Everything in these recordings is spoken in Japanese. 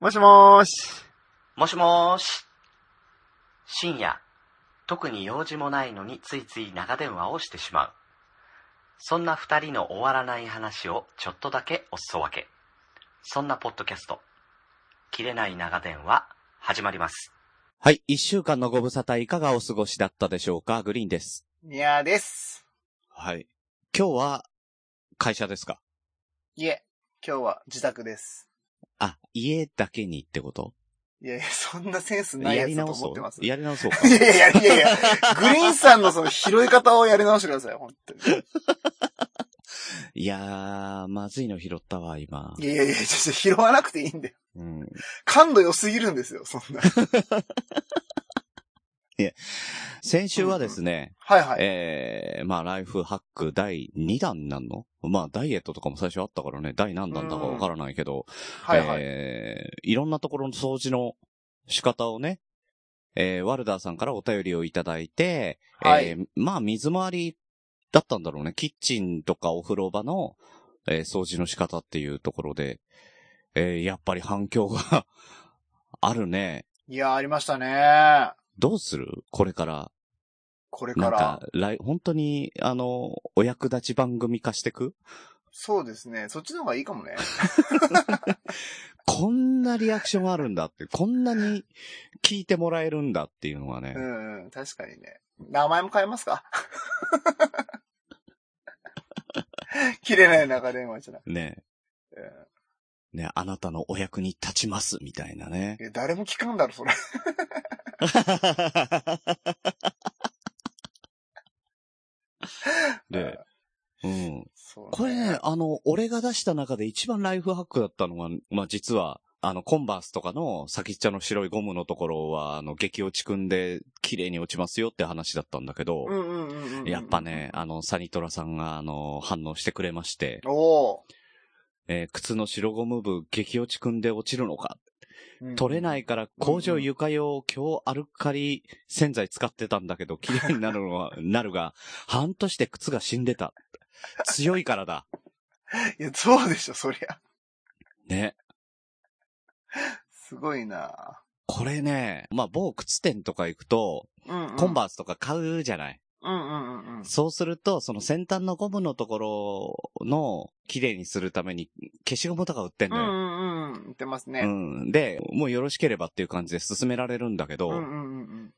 もしもーし。もしもーし。深夜、特に用事もないのについつい長電話をしてしまう。そんな二人の終わらない話をちょっとだけおすそ分け。そんなポッドキャスト、切れない長電話、始まります。はい。一週間のご無沙汰いかがお過ごしだったでしょうかグリーンです。みやです。はい。今日は、会社ですかいえ、今日は自宅です。あ、家だけにってこといやいや、そんなセンスないややりつだと直そ思ってます。う。やり直 そうか。いやいやいやいや、グリーンさんのその拾い方をやり直してください、本当に。いやー、まずいの拾ったわ、今。いやいやいや、ちょっと拾わなくていいんだよ。うん。感度良すぎるんですよ、そんな。先週はですね、はいはい。えー、まあ、ライフハック第2弾なんのまあ、ダイエットとかも最初あったからね、第何弾だかわからないけど、はいはい。えーいろんなところの掃除の仕方をね、えーワルダーさんからお便りをいただいて、はいえーまあ、水回りだったんだろうね。キッチンとかお風呂場の、えー掃除の仕方っていうところで、えーやっぱり反響が あるね。いや、ありましたね。どうするこれから。これなか。、んから来本当に、あの、お役立ち番組化してくそうですね。そっちの方がいいかも ね。こんなリアクションあるんだって、こんなに聞いてもらえるんだっていうのはね。うんうん、確かにね。名前も変えますか 切れない中電話じゃなくねて。うね、あなたのお役に立ちます、みたいなねん。いや誰も聞かんだろ、それ。で、うん。そうねこれね、あの、俺が出した中で一番ライフハックだったのは、まあ、実は、あの、コンバースとかの先っちょの白いゴムのところは、あの、激落ちくんで綺麗に落ちますよって話だったんだけど、うんうんうんうんうん。やっぱね、。あの、サニトラさんが、あの、反応してくれまして、おお。。えー靴の白ゴム部、激落ちくんで落ちるのか取れないいから工場床用強アルカリ洗剤使ってたんだけど、綺麗になるのは、なるが、半年で靴が死んでた。強いからだ。いや、そうでしょ、そりゃ。ね。すごいなこれね、まあ、某靴店とか行くと、うん、うん。コンバースとか買うじゃない。うんうんうんうん。そうすると、その先端のゴムのところの綺麗にするために消しゴムとか売ってんうのよ。んうんうん。言ってますね。ううんん。で、もうよろしければっていう感じで進められるんだけど、うんうん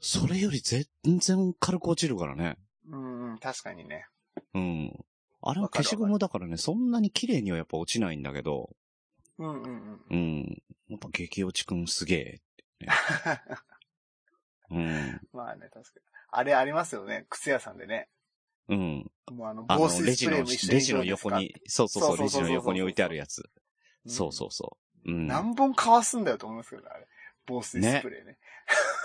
それより全然軽く落ちるからね。うん。うんうん、確かにね。うん。あれはわかる消しゴムだからね、そんなに綺麗にはやっぱ落ちないんだけど、うんうんうん。うん。やっぱ激落ちくんすげえ。うん。まあね、確かに。あれありますよね、靴屋さんでね。うん。もうあの、あの防、水レスジプの、レーも一緒にレジの横に、そうそうそう、そレうそうそうそうジの横に置いてあるやつ。そううそうそう。うん。何本かわすんだよと思いますけどね、あれ。防水スプレーね。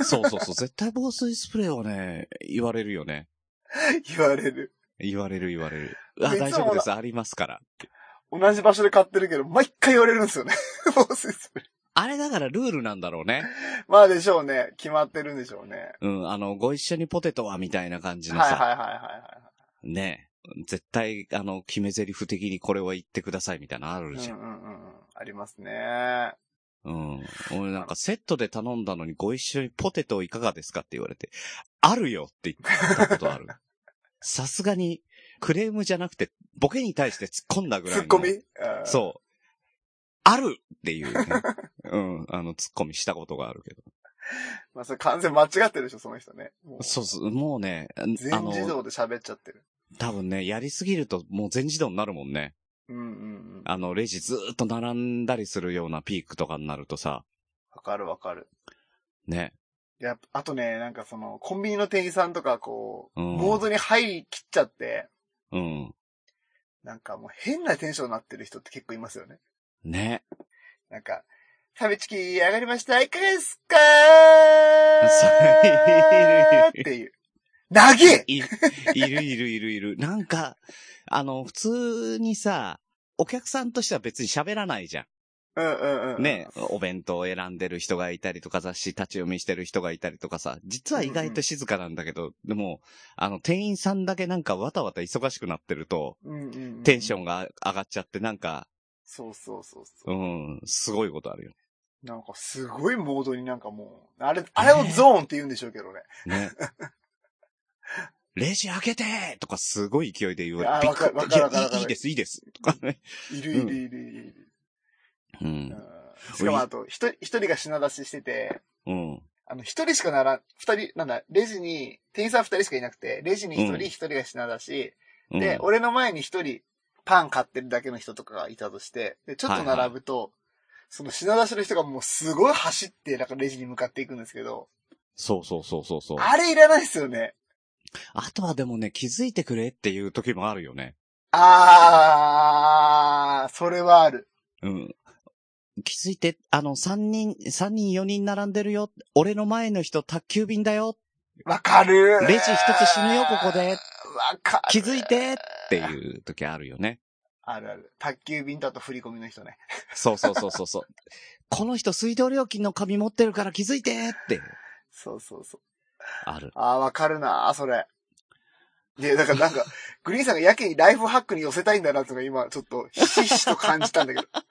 そうそうそう。絶対防水スプレーはね、言われるよね。 言われる。言われる言われる。いつあ、も大丈夫です。ありますから。同じ場所で買ってるけど、毎回言われるんですよね。 防水スプレあれだからルールなんだろうね。ー。まあでしょうね。決まってるんでしょうね。うん。あの、ご一緒にポテトはみたいな感じのはいはいさ。はいはいね。絶対、あの、決め台詞的にこれは言ってくださいみたいなのあるはい。じうゃんん。うんうんうん。ありますね。うん。俺なんかセットで頼んだのにご一緒にポテトいかがですかって言われて、あるよって言ったことある。さすがに、クレームじゃなくて、ボケに対して突っ込んだぐらいの。ツッコミうんそう。あるっていうね。うん。あの、突っ込みしたことがあるけど。まあそれ完全間違ってるでしょ、その人ね。もうそうそう。もうね、あ全自の、動で喋っちゃってる。多分ね、やりすぎるともう全自動になるもんね。うんうんうん。あの、レジずーっと並んだりするようなピークとかになるとさ、わかるわかる。ね。やっぱあとね、なんかその、コンビニの店員さんとかこう、うんモードに入りきっちゃって、うん。なんかもう変なテンションになってる人って結構いますよね。ね。なんか、食べチキ上がりました。いかがですかそうっていう。長えい、いるいるいるいる。なんか、あの、普通にさ、お客さんとしては別に喋らないじゃうんうんうんん。。ね。お弁当を選んでる人がいたりとか、雑誌立ち読みしてる人がいたりとかさ、実は意外と静かなんだけど、でも、あの、店員さんだけなんかわたわた忙しくなってると、うんうんうん。テンシン。ョンが上がっちゃって、なんか、そうそうそうそうう、ん、すごいことあるよなんかすごいモードになんかもう、あれ、あれをゾーンって言うんでしょうけどね。ね。ね。レジ開けてとかすごい勢いで言われいびやっくりわかるわかるわかるわかいやいいいるいです、いいです。とかね。いるいるいるいるいる。ううんん。しかもあと、一人、一人が品出ししてて、うん。あの、一人しかならん、二人、なんだ、レジに、店員さん二人しかいなくて、レジに一うん人、一人が品出し、うんで、俺の前に一人、パン買ってるだけの人とかがいたとして、で、ちょっと並ぶと、その品出しの人がもうすごい走って、なんかレジに向かっていくんですけど、そうそうそうそうそう。あれいらないですよね。あとはでもね、気づいてくれっていう時もあるよね。あー、それはある。うん。気づいて、あの、三人、三人四人並んでるよ。俺の前の人、宅急便だよ。わかる。レジ一つ死ぬよ、ここ。で。わかる。気づいてっていう時あるよね。あるある。宅急便だと振り込みの人ね。そうそうそう そうそう。この人、水道料金の紙持ってるから気づいてって、そうそうそう。ある。あー、わかるなー、それ。で、だからなん か、グリーンさんがやけにライフハックに寄せたいんだなとか今、ちょっと、ひしひしと感じたんだけど。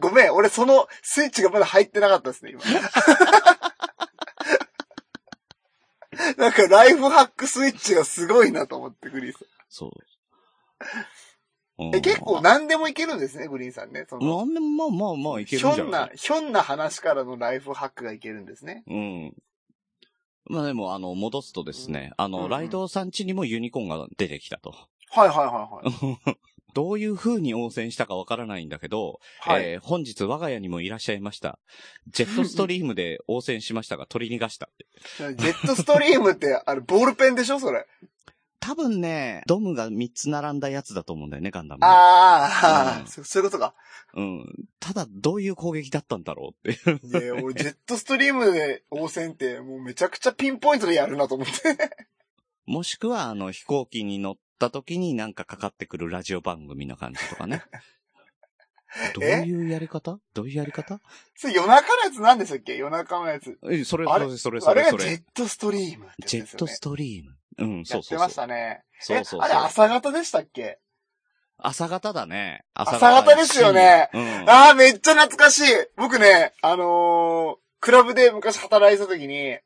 ごめん、俺そのスイッチがまだ入ってなかったで すね、今。なんか、ライフハックスイッチがすごいなと思って、グリーンさそう。 うんん。え、結構何でもいけるんですね、グリーンさんね。その、なんでもまあまあまあいけひるんょじゃんな、ないひょんな話からのライフハックがいけるんですね。うん。まあでも、あの、戻すとですね、あうんうの、んライドウさん家にもユニコーンが出てきたと。はいはいはいどういう風に応戦したかわからないんだけど、はい。はい。えー本日我が家にもいらっしゃいました。ジェットストリームで応戦しましたが取り逃が したって。ジェットストリームって、あれ、ボールペンでしょそれ。多分ね、ドムが3つ並んだやつだと思うんだよね、ガンダムね。ああ、うんそそういうことか。うん。ただ、どういう攻撃だったんだろうって。 いや、俺、ジェットストリームで応戦って、もうめちゃくちゃピンポイントでやるなと思って。 もしくは、あの、飛行機に乗った時になんかかかってくるラジオ番組の感じとか ね。どういうやり方どういうやり方それ夜中のやつなんでしたっけ夜中のやつ。え、それ、あそれれ、それ、あそれれ、がそジェれ。ットストリームってやつジェでッすよトねス。トリーム。うん、やそうっそてうましそう。たね。そうそうそうえあれ朝方でしたっけ朝方だね。朝方ですよねうん。ああ、めっちゃ懐かしい僕ね、あのークラブで昔働いてた時に、う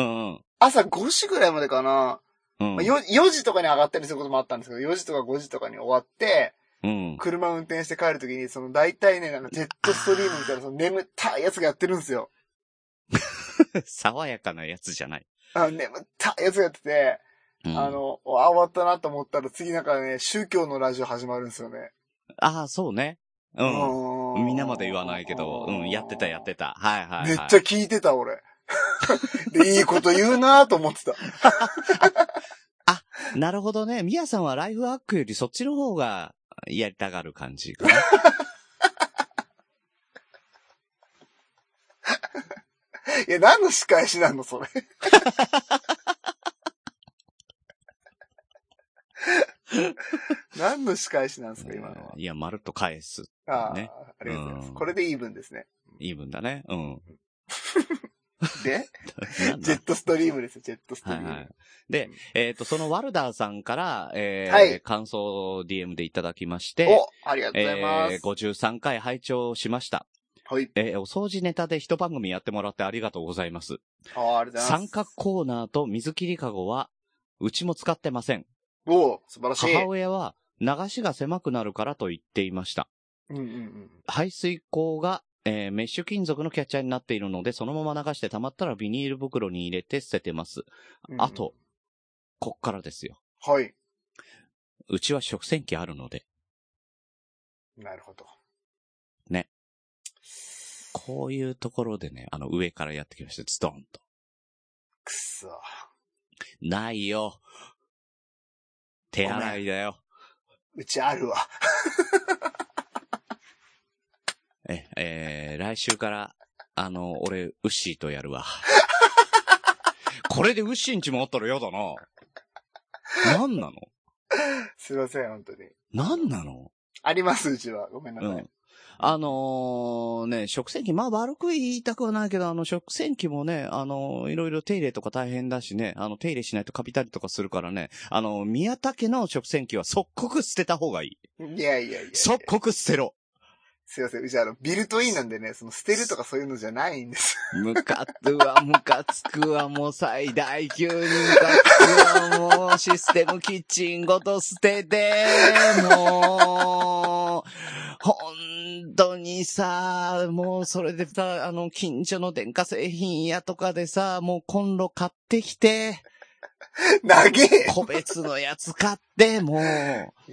んうん。朝5時ぐらいまでかな、うんまあ、よ 4, 時とかに上がったりすることもあったんですけど、4時とか5時とかに終わって、うん。車運転して帰るときに、その大体ね、なんかジェットストリームみたいな、その眠たいやつがやってるんですよ。爽やかなやつじゃない。あの眠たいやつがやってて、うん、あの、あ、終わったなと思ったら次なんかね、宗教のラジオ始まるんですよね。ああ、そうね。うん。うみんなまで言わないけど、うん、やってた、やってた。はいはい、はい。めっちゃ聞いてた、俺。 で、いいこと言うなと思ってた。なるほどね。みやさんはライフワークよりそっちの方がやりたがる感じか な。 いや、何の仕返しなの、それ。 何の仕返しなんですか、今のは。いや、まるっと返す。ああ、ねありがとうございまうす。んこれでイーブンですね。いい分だね。うん。で、なんジだェットストリームですよ、ジェットストリはーいム。はい。で、えっ、と、そのワルダーさんから、えーはい感想を DM でいただきまして、おありがとうございます。えー、53回拝聴しました。はい。えーお掃除ネタで一番組やってもらってありがとうございます。あーありがとうございます。三角コーナーと水切りかごは、うちも使ってません。おお素晴らしい。母親は、流しが狭くなるからと言っていました。うんうんうん。排水口が、えーメッシュ金属のキャッチャーになっているので、そのまま流して溜まったらビニール袋に入れて捨ててます。うんうんあと、、こっからですよ。はい。うちは食洗機あるので、なるほど。こういうところでね、あの上からやってきました。ズドンと。くそ。ないよ。手洗いだよ。うちあるわ。え、えー来週から、あの、俺、ウッシーとやるわ。これでウッシーんちもあったら嫌だな。なんなのすいません、本当に。なんなのあります、うちは。ごめんなうさい。ん。あのーね、食洗機、まあ悪く言いたくはないけど、あの食洗機もね、あのーいろいろ手入れとか大変だしね、あの手入れしないとカビたりとかするからね、あのー宮田家の食洗機は即刻捨てた方がいい。いやいやいや。す即刻捨てろ。いません。うちあの、ビルトインなんでね、その捨てるとかそういうのじゃないんです。 むか、うわ、むかつくわ、もう最大級にむかつくわ、もうシステムキッチンごと捨てて、もう、本当にさ、もうそれでさ、あの、近所の電化製品屋とかでさ、もうコンロ買ってきて、投げ個別のやつ買って、もう、い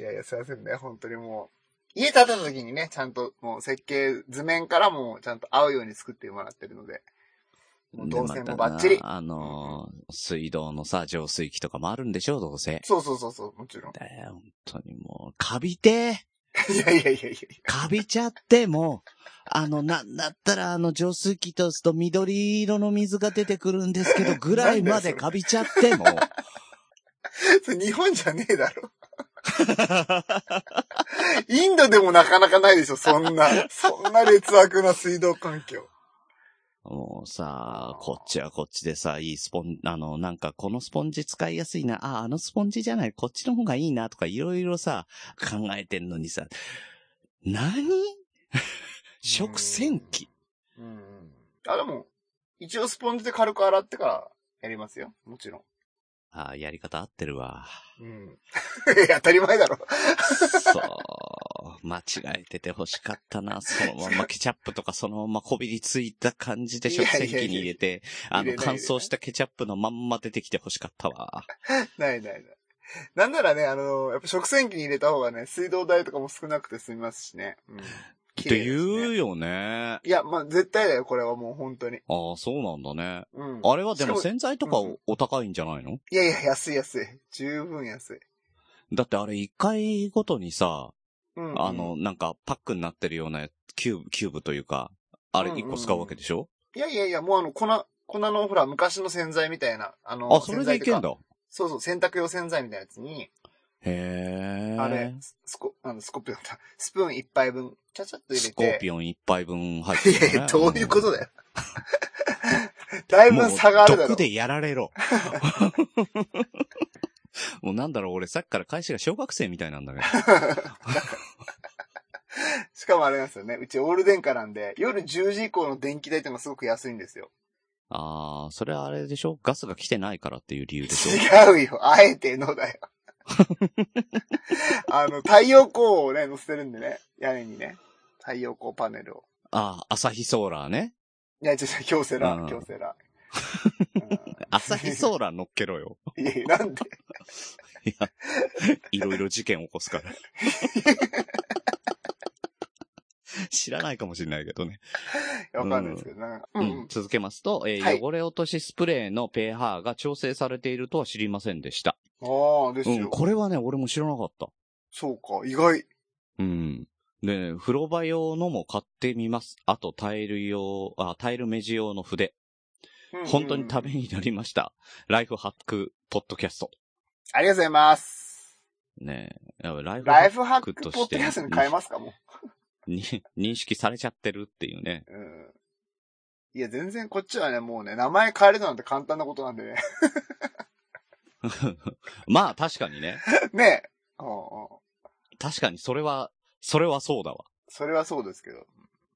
やいや、すいませんね、本当にもう。家建てた時にね、ちゃんともう設計図面からもちゃんと合うように作ってもらってるので。もう動線もバッチリでまたなあのー、水道のさ、浄水器とかもあるんでしょ、どう せ。そうそうそうそう、もちろん。 だよ、本当にもう、カビてーいやいやいやいやいかびちゃっても、あの、なんだったら、あの、浄水器通すと緑色の水が出てくるんですけど、ぐらいまでかびちゃっても、や。それ日本じゃねえだ ろ。インドでもなかなかないでしょ、そんな。そんな劣悪な水道環境。もうさ、こっちはこっちでさ、いいスポン、あの、なんかこのスポンジ使いやすいな、あ、あのスポンジじゃない、こっちの方がいいな、とかいろいろさ、考えてんのにさ、何食洗機うん。あ、でも、一応スポンジで軽く洗ってからやりますよ。もちろん。あ、やり方合ってるわ。うん。 当たり前だろ。そう。間違えてて欲しかったな。そのままケチャップとかそのままこびりついた感じで食洗機に入れて、あやいやのいや乾燥したケチャップのまんま出てきて欲しかったわ。ないないない。なんならね、あの、やっぱ食洗機に入れた方がね、水道代とかも少なくて済みますしね。うん。って綺麗ですね言うよね。いや、まあ、絶対だよ、これはもう本当に。ああ、そうなんだね。うん。あれはでもしか洗剤とかおお高いんじゃないのいやいや、安い安い。十分安い。だってあれ一回ごとにさ、うん、うん。あの、、なんかパックになってるようなキューブ、キューブというか、あれ一個使うわけでしょいやいやいや、もうあの、粉、粉のほら、昔の洗剤みたいな、あの、あ、それでいけん洗剤とかだ。そうそう、洗濯用洗剤みたいなやつに、へえ。あれ、ススコ、あの、スコピオンだ。スプーン一杯分、ちゃちゃっと入れて。スコーピオン一杯分入っいてる、ね。やいや、どういうことだよ。 だいぶ差があるだもろう毒。でやられ ろ。もうなんだろう、俺さっきから返しが小学生みたいなんだ けど。しかもあれなんですよね。うちオール電化なんで、夜10時以降の電気代っていうのがすごく安いんですよ。あー、それはあれでしょガスが来てないからっていう理由でし ょ違うよ。あえてのだよ。 あの、太陽光をね、乗せてるんでね。屋根にね。太陽光パネルを。あー、朝日ソーラーね。いや、違う違う、京セうラん、京セラ。朝日ソーラー乗っけろ よ。うんいやいや、なんでいろいろ事件起こすから。 知らないかもしれないけどね。わかんないですけど、なんか、ううんん、続けますと、えーはい汚れ落としスプレーの pH が調整されているとは知りませんでした。うん。ああ、ですうん、よ。これはね、俺も知らなかった。そうか、意外。うん。で、風呂場用のも買ってみます。あと、タイル用、あ、タイル目地用の筆。うんうん本当にためになりました。ライフハック、ポッドキャスト。ありがとうございます。ねえ。やっぱライフハライッフハックポッドキャストに変えますか、もクに認識されちゃってるっていうね。う。うん。いや、全然こっちはね、もうね、名前変えるなんて簡単なことなんでね。 まあ、確かにね。ねえ。うんうん確かに、それは、それはそうだわ。それはそうですけど。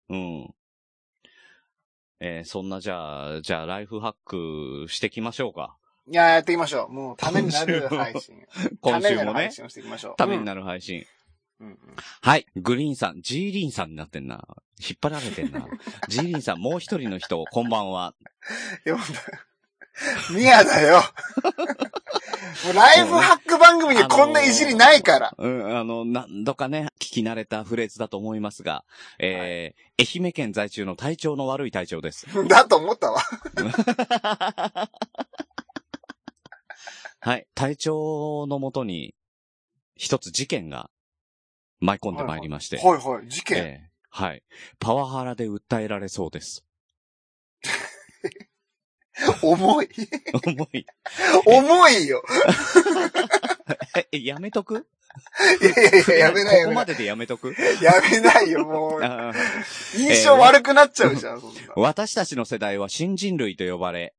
うん。えーそんな、じゃあ、じゃあ、ライフハックしてきましょう か。いや、やっていきましょう。もう、ためになる今週も配信。 今ため週になもるね配、信をしていきましょう。ためになる配信。うん。うんうんはい。グリーンさん、ジーリーンさんになってんな。引っ張られてんな。 ジーリーンさん、もう一人の人、こんばんは。いや、もう、ミヤだよ。 もう、ライフハック番組にこんないじりないから。うん、あの、何度かね、聞き慣れたフレーズだと思いますが、えー愛媛県在住の体調の悪い体調です。だと思ったわ。はい。体調のもとに、一つ事件が舞い込んでまいりまして。はいはい。事件。えーはい。パワハラで訴えられそうです。 重い。重い。重いよ。え、やめとくいやいやいや、やめないこやこめなまい。ででやめとくやめないよ、も う。あー印象悪くなっちゃうじゃん、そ んな。私たちの世代は新人類と呼ばれ、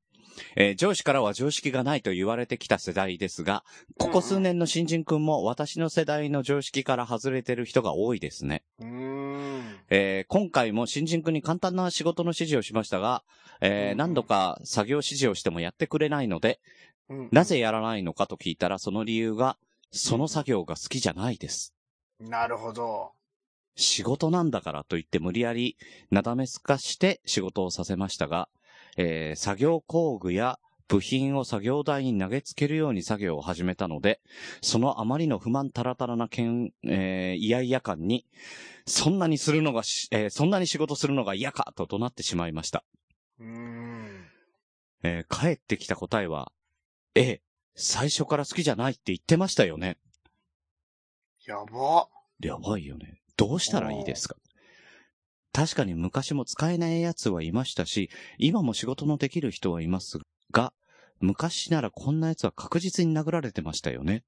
えー上司からは常識がないと言われてきた世代ですが、ここ数年の新人くんも私の世代の常識から外れてる人が多いですね。うーん。えー今回も新人くんに簡単な仕事の指示をしましたが、えーうん何度か作業指示をしてもやってくれないので、うんなぜやらないのかと聞いたらその理由が、その作業が好きじゃないです。なるほど。仕事なんだからと言って無理やり、なだめすかして仕事をさせましたが、えー作業工具や部品を作業台に投げつけるように作業を始めたので、そのあまりの不満たらたらなけん、えー、いやいや感に、そんなにするのがし、えーそんなに仕事するのが嫌かと怒鳴ってしまいました。うーん。えー帰ってきた答えは、ええ、最初から好きじゃないって言ってましたよね。やば。やばいよね。どうしたらいいですか確かに昔も使えない奴はいましたし、今も仕事のできる人はいますが、昔ならこんな奴は確実に殴られてましたよね。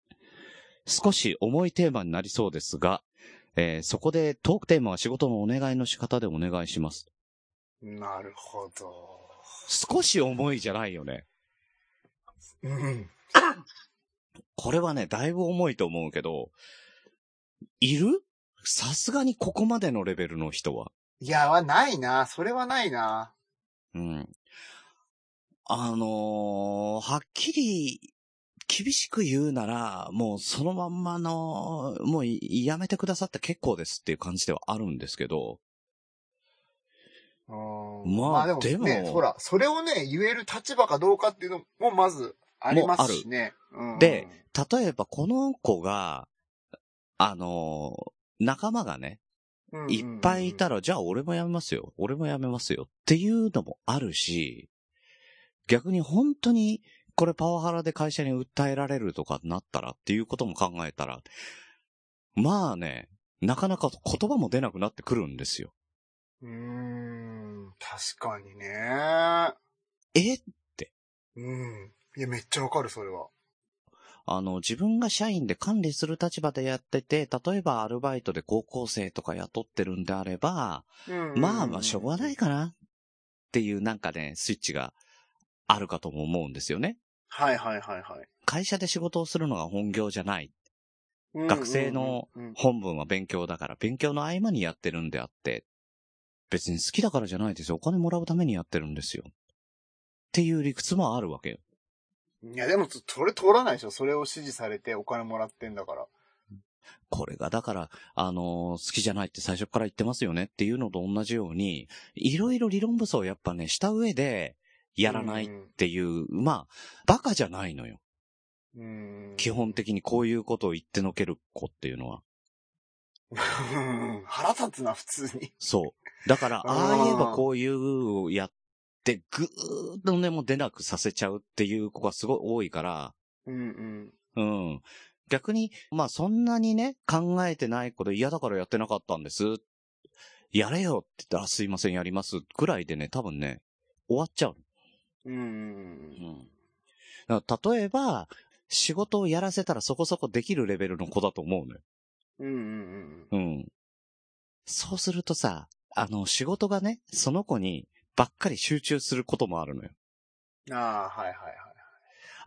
少し重いテーマになりそうですが、えーそこでトークテーマは仕事のお願いの仕方でお願いします。なるほど。少し重いじゃないよね。うん。これはね、だいぶ重いと思うけど、いるさすがにここまでのレベルの人は。いや、はないな。それはないな。うん。あのーはっきり、厳しく言うなら、もうそのまんまの、もういやめてくださって結構ですっていう感じではあるんですけど、うーんまあでもね、ほら、それをね、言える立場かどうかっていうのも、まず、ありますしね。うんで、例えばこの子が、あのー仲間がね、いっぱいいたら。ら、じゃあ俺もやめますよ、俺もやめますよっていうのもあるし、逆に本当に、これパワハラで会社に訴えられるとかなったらっていうことも考えたら、まあね、なかなか言葉も出なくなってくるんですよ。うーん、確かにね。えうん。いや、めっちゃわかる、それは。。あの、自分が社員で管理する立場でやってて、例えばアルバイトで高校生とか雇ってるんであれば、まあまあ、しょうがないいかなっていうなんかね、スイッチがあるかとも思うんですよね。はいはいはいはい。会社で仕事をするのが本業じゃない。うんうんうん学生のうん本文は勉強だから、勉強の合間にやってるんであって、別に好きだからじゃないですよ。お金もらうためにやってるんですよ。っていう理屈もあるわけよ。いや、でも、それ通らないでしょ。それを指示されてお金もらってんだから。これがだから、あのー好きじゃないって最初から言ってますよねっていうのと同じように、いろいろ理論武装をやっぱね、した上で、やらないっうんていう、まあ、バカじゃないのよ。うん。基本的にこういうことを言ってのける子っていうのは。うん 腹立つな、普通に。そう。だから、あーああ言えばこういうをやって、ぐーっとね、もう出なくさせちゃうっていう子がすごい多いから、うんうん。逆に、まあそんなにね、考えてない子で嫌だからやってなかったんです。やれよって言ったら、あすいません、やります。ぐらいでね、多分ね、終わっちゃう。うん。うん。だから例えば、仕事をやらせたらそこそこできるレベルの子だと思うのよ。うんうんうん。そうするとさ、あの、仕事がね、その子にばっかり集中することもあるのよ。うん。ああ、はいはいは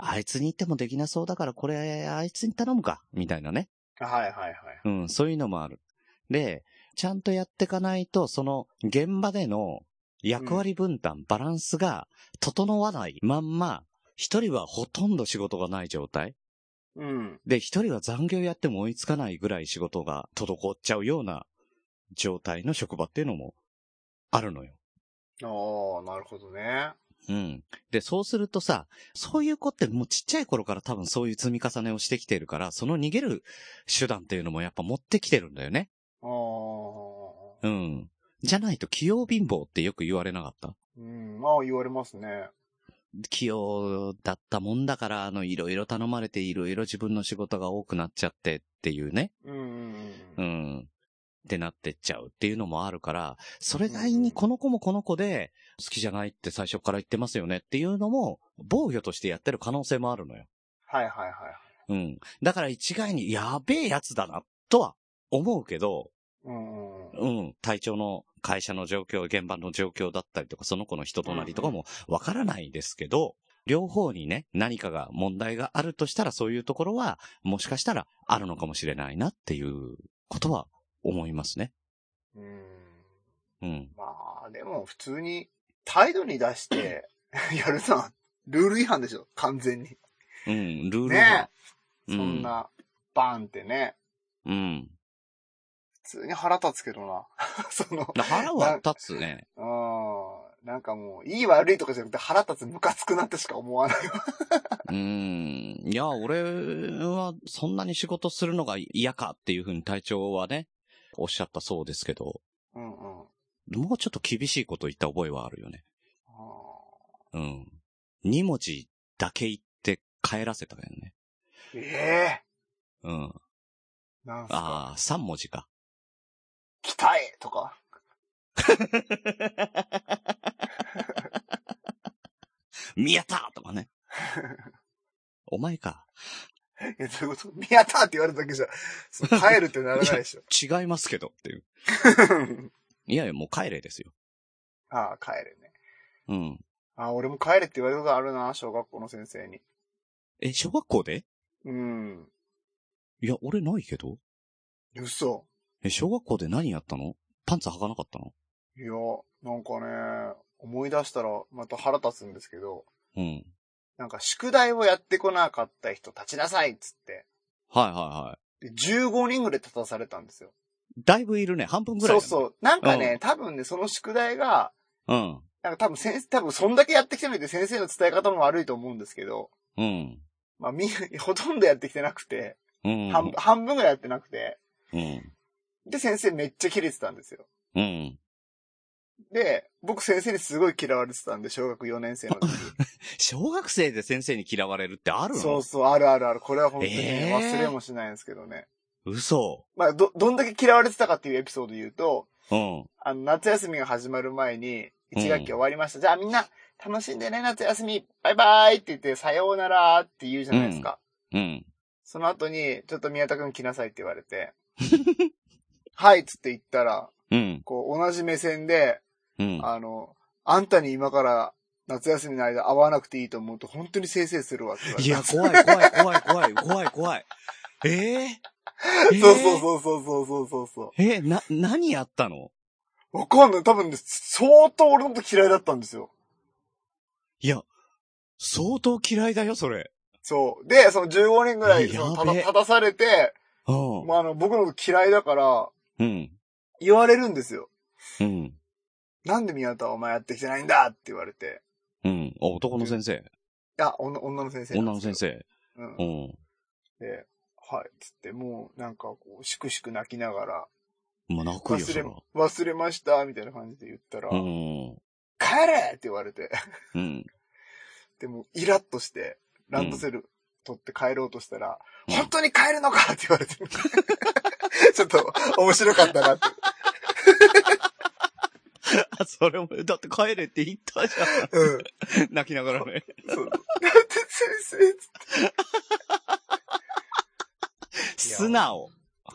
あいつに言ってもできなそうだからこれ、あいつに頼むか、みたいなね。い。はいはいはい。うん、そういうのもある。で、ちゃんとやってかないと、その現場での役割分担、バランスが整わないまんま、一人はほとんど仕事がない状態。うん。で、一人は残業やっても追いつかないぐらい仕事が滞っちゃうような状態の職場っていうのもあるのよ。ああ、なるほどね。うん。で、そうするとさ、そういう子ってもうちっちゃい頃から多分そういう積み重ねをしてきてるから、その逃げる手段っていうのもやっぱ持ってきてるんだよね。ああ。うん。じゃないと器用貧乏ってよく言われなかったうん、まあ言われますね。器用だったもんだから、あの、いろいろ頼まれて、いろいろ自分の仕事が多くなっちゃってっていうね。うんうんう。うんん。ってなってっちゃうっていうのもあるから、それなりにこの子もこの子で、好きじゃないって最初から言ってますよねっていうのも、防御としてやってる可能性もあるのよ。はいはいはい。うん。だから一概にやべえやつだな、とは思うけど、うん。うん。隊長の会社の状況、現場の状況だったりとか、その子の人となりとかもわからないですけど、両方にね、何かが問題があるとしたら、そういうところは、もしかしたらあるのかもしれないなっていうことは思いますね。うん。うん。まあ、でも普通に態度に出して やるのはルール違反でしょ、完全に。うん。ルールねが。え。そんな、バーンってね。うん。普通に腹立つけどな。 その、だ腹は立つね。うん。なんかもう、いい悪いとかじゃなくて腹立つムカつくなってしか思わない。 うーん。いや、俺はそんなに仕事するのが嫌かっていうふうに隊長はね、おっしゃったそうですけど、うんうん。もうちょっと厳しいこと言った覚えはあるよね。あうん。2文字だけ言って帰らせたよね。ーええうん。なんすか。ああ、3文字か。来たえとか。 宮田とかね。お前か。え、どういうこと宮田って言われただけじゃ、そう帰るってならないで しょ。違いますけどっていう。いやいや、もう帰れですよ。ああ、帰るね。うん。ああ、俺も帰れって言われたことあるな、小学校の先生に。え、小学校でうん。いや、俺ないけど。嘘。え、小学校で何やったのパンツ履かなかったのいや、なんかね、思い出したらまた腹立つんですけど、うん。なんか宿題をやってこなかった人立ちなさいっつって、はいはいはい。で15人ぐらい立たされたんですよ。だいぶいるね。半分ぐらそいうだね、そう。なんかね、うん多分ね、その宿題が、うん。なんか多分先生、多分そんだけやってきてるので先生の伝え方も悪いと思うんですけど、うん。まあみん、ほとんどやってきてなくて、うん。半分半分ぐらいやってなくて、うん。で、先生めっちゃキレてたんですよ。うん。で、僕先生にすごい嫌われてたんで、小学4年生の 時。小学生で先生に嫌われるってあるのそうそう、あるあるある。これは本当にえー忘れもしないんですけどね。嘘。まあ、ど、どんだけ嫌われてたかっていうエピソード言うと、うん。あの、夏休みが始まる前に、1学期終わりました。じゃあみんな、楽しんでね、夏休み、バイバイって言って、さようならって言うじゃないですか。うん。その後に、ちょっと宮田くん来なさいって言われて、 はいっつって言ったら、うん。こう、同じ目線で、うん。あの、あんたに今から夏休みの間会わなくていいと思うと、本当にせいせいするわって言われいて。や、怖い怖い怖い怖い怖い怖い。ええー。そうそうそうそうそうそうそうそう。えーえーな、何やったのわかんない。多分ね、相当俺のこと嫌いだったんですよ。いや、相当嫌いだよ、それ。そう。で、その15人ぐらい、やべえその立た立たされて、 うん。まあ、あの、僕のこと嫌いだから、うん。言われるんですよ。うん。なんで宮田はお前やってきてないんだって言われて。うん。あ男の先生。いや、女女の先生な女んのですよ。先生。うんう。ん。で、はい、つって、もう、なんかこう、しくしく泣きながら、まあ、泣くよ、忘それら。、忘れました、みたいな感じで言ったら、うん。帰れって言われて、 うん。でも、イラッとして、ランドセル取って帰ろうとしたら、本当に帰るのかって言われて、 ちょっと、面白かったなって。あ、 それも、だって帰れって言ったじうん。ゃ ん。泣きながらね。そう。だって先素直。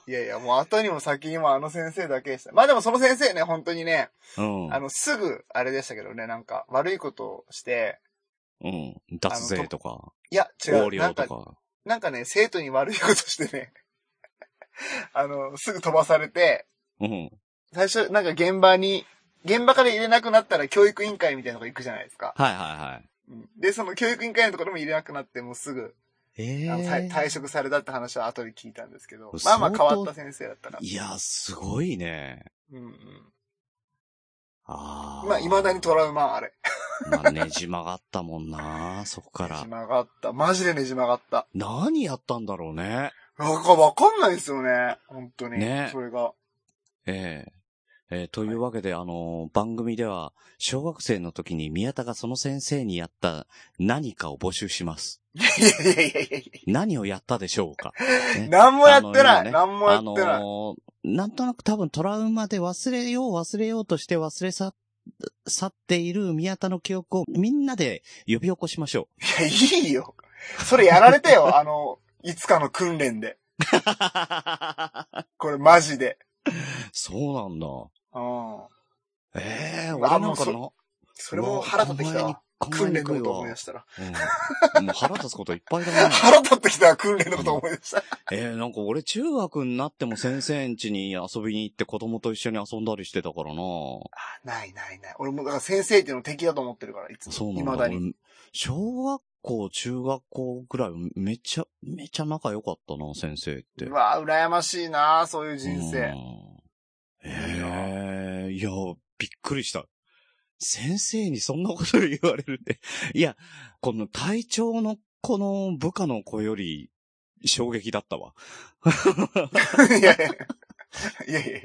生。いやいや、もう後にも先にもあの先生だけでした。まあでもその先生ね、本当にね、うん。あの、すぐ、あれでしたけどね、なんか、悪いことをして、うん。脱税とか、いや、違横う。な領んとか、か。なんかね、生徒に悪いことしてね、 あの、すぐ飛ばされて、うん。最初、なんか現場に、現場から入れなくなったら教育委員会みたいなのが行くじゃないですか。はいはうんで、その教育委員会のところも入れなくなって、もうすぐ、いはい。えあえの退退職されたって話は後で聞いたんですけど、まあ相ま当あ変わった先生だったな。いや、すごいね。うんうん。ああ。まあ、未だにトラウマ、あれ。まあ、ねじ曲がったもん な、そこかねらじ。曲がった。マジでねじ曲がった。何やったんだろうね。なんかわかんないですよね。本当に。ねそ れが。ええええというわけで、あの番組では、小学生の時に宮田がその先生にやった何かを募集します。いやいやいやいやい何をやったでしょうか。や。ね何もやってあの今ない。ね何もやってあない。のーなんとなく多分トラウマで忘れよう忘れようとして忘れ去っ去っている宮田の記 憶をみんなで呼び起こしましょいや、いいよ。それやられてよ。あの、いつかの訓練で。これマジで。そうなんだ。うん。ええう俺わなんかな。それも腹立ってきたわ。うわ。考え訓に練くのいことわ 思い出したら。うんもう腹立つこといっぱいだな。腹立ってきたわ、訓練のこと思い出した。えー、なんか俺中学になっても先生ん家に遊びに行って子供と一緒に遊んだりしてたからな。ないないない。俺もだから先生っていうの敵だと思ってるから、いつも。そうなんだ。未だに。俺小学校、中学校ぐらいめちゃ、めちゃ仲良かったな、先生ってう。わ、羨ましいなそういう人うん生。。ええいや、びっくりした。先生にそんなこと言われるって。 いや、この隊長のこの部下の子より衝撃だったわ。いやいやいや。いやいや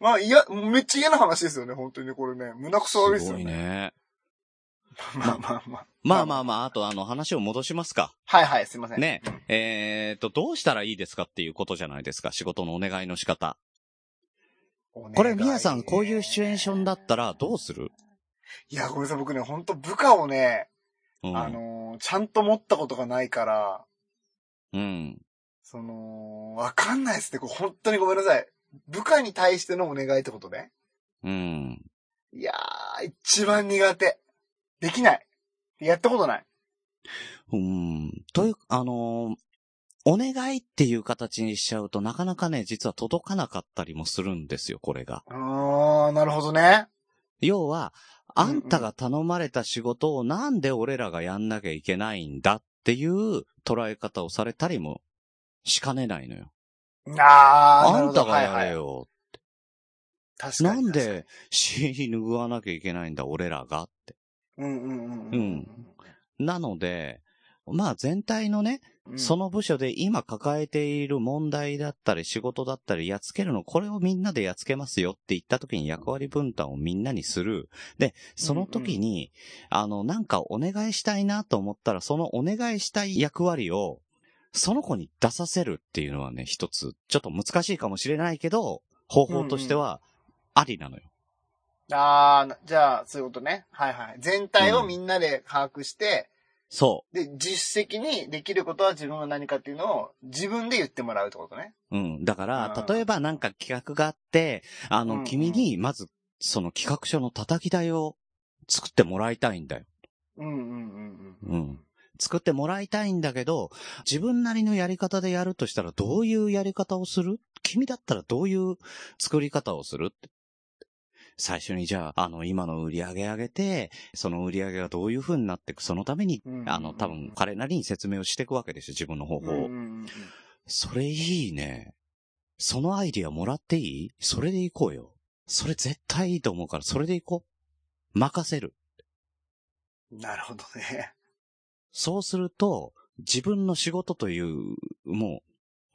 まあ、いや、めっちゃ嫌な話ですよね、本当にね、これね。胸くそ悪いですすよごいね。ね。まあまあまあ。まあまあまあ、あとあの話を戻しますか。はいはい、すいません。ねうんえーっと、どうしたらいいですかっていうことじゃないですか。仕事のお願いの仕方。これ、みやさん、こういうシチュエーションだったらどうするいや、ごめんなさい、僕ね、本当部下をね、うん。あのー、ちゃんと持ったことがないから、うん。その、わかんないですね。これ本当にごめんなさい。部下に対してのお願いってことね。うん。いやー、一番苦手。できない。やったことない。うん。という、あのーお願いっていう形にしちゃうとなかなかね、実は届かなかったりもするんですよ、これが。あー、なるほどね。要は、うんあんたが頼まれた仕事をなんで俺らがやんなきゃいけないんだっていう捉え方をされたりもしかねないのよ。あー、なあるんほたど。がやはいれはい。よ。確かなに。んで死拭わなきゃいけないんだ、俺らがって。うんうんうん。うなので、まあ全体のね、うんそ、の部署で今抱えている問題だったり仕事だったりやっつけるの、これをみんなでやっつけますよって言った時に役割分担をみんなにする。で、その時に、あの、なんかお願いしたいなと思ったら、そのお願いしたい役割を、その子に出させるっていうのはね、一つ、ちょっと難しいかもしれないけど、方法としては、ありなのよ。あー、なじゃあ、そういうことね。はいはい。全体をみんなで把握して、そで、実質的にできることは自分は何かっていうのを自分で言ってもらうってことね。う。うん。だからう、ん例えばなんか企画があって、あうんうの、ん君に、まず、その企画書の叩き台を作ってもらいたいんだよ。うんうんうんうん。うん。作ってもらいたいんだけど、自分なりのやり方でやるとしたらどういうやり方をする君だったらどういう作り方をするって最初にじゃあ、あの、今の売り上げ上げて、その売り上げがどういう風になっていく、そのために、うんあの、多分彼なりに説明をしていくわけですよ、自分の方うん法を。うんうんそれいいね。そのアイディアもらっていいそれで行こうよ。それ絶対いいと思うから、それで行こう。任せる。うん。なるほどね。そうすると、自分の仕事という、も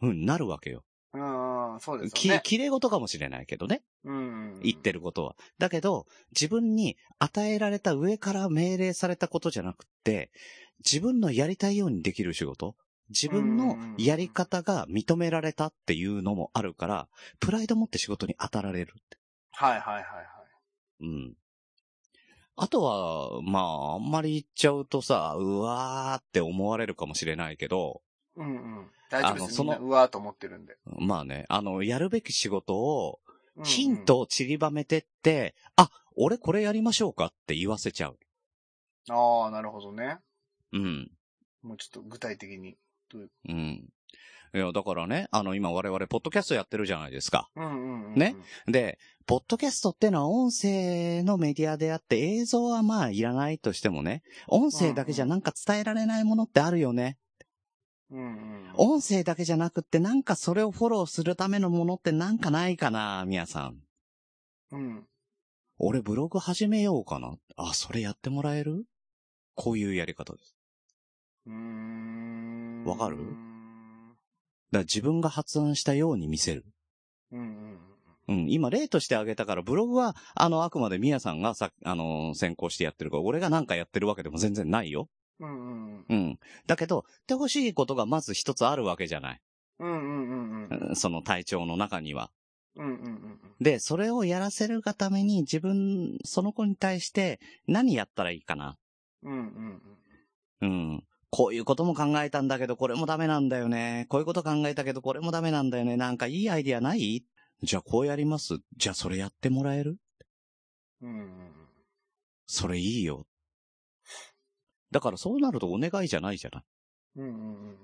う、うん、なるわけよ。うんうん、そうですきよね。綺麗事かもしれないけどね。うん。言ってることは。だけど、自分に与えられた上から命令されたことじゃなくって、自分のやりたいようにできる仕事。自分のやり方が認められたっていうのもあるから、プライド持って仕事に当たられる。はいはいはいはい。うん。あとは、まあ、あんまり言っちゃうとさ、うわーって思われるかもしれないけど、うんうん。大丈夫あのです。そみんのなうわーと思ってるんで。まあね、あの、やるべき仕事を、うんうんヒン。トを散りばめてって、あ、俺これやりましょうかって言わせちゃう。ああ、なるほどね。うん。もうちょっと具体的に。うん。いや、だからね、あの、今我々、ポッドキャストやってるじゃないですか。うんうんうんうん。ねで、ポッドキャストってのは音声のメディアであって、映像はまあいらないとしてもね、音声だけじゃなんか伝えられないものってあるよね。うんうん。音声だけじゃなくって、なんかそれをフォローするためのものってなんかないかな、みやさん。うん。俺ブログ始めようかな。あ、それやってもらえるこういうやり方です。うーん。わかるうんだから自分が発案したように見せる。うんうん。うん、今例としてあげたから、ブログは、あの、あくまでみやさんがさ、あの、先行してやってるから、俺がなんかやってるわけでも全然ないよ。うんうんうん。だけど、ってほしいことがまず一つあるわけじゃない。うん。うんうんうんうん。うんその体調の中には。うんうんうんで、それをやらせるがために自分、その子に対して何やったらいいかな。うん。うんうんうん。うん。こういうことも考えたんだけど、これもダメなんだよね。こういうこと考えたけど、これもダメなんだよね。なんかいいアイディアないじゃあこうやりますじゃあそれやってもらえるうん。それいいよ。だからそうなるとお願いじゃないじゃない。うんうんうん。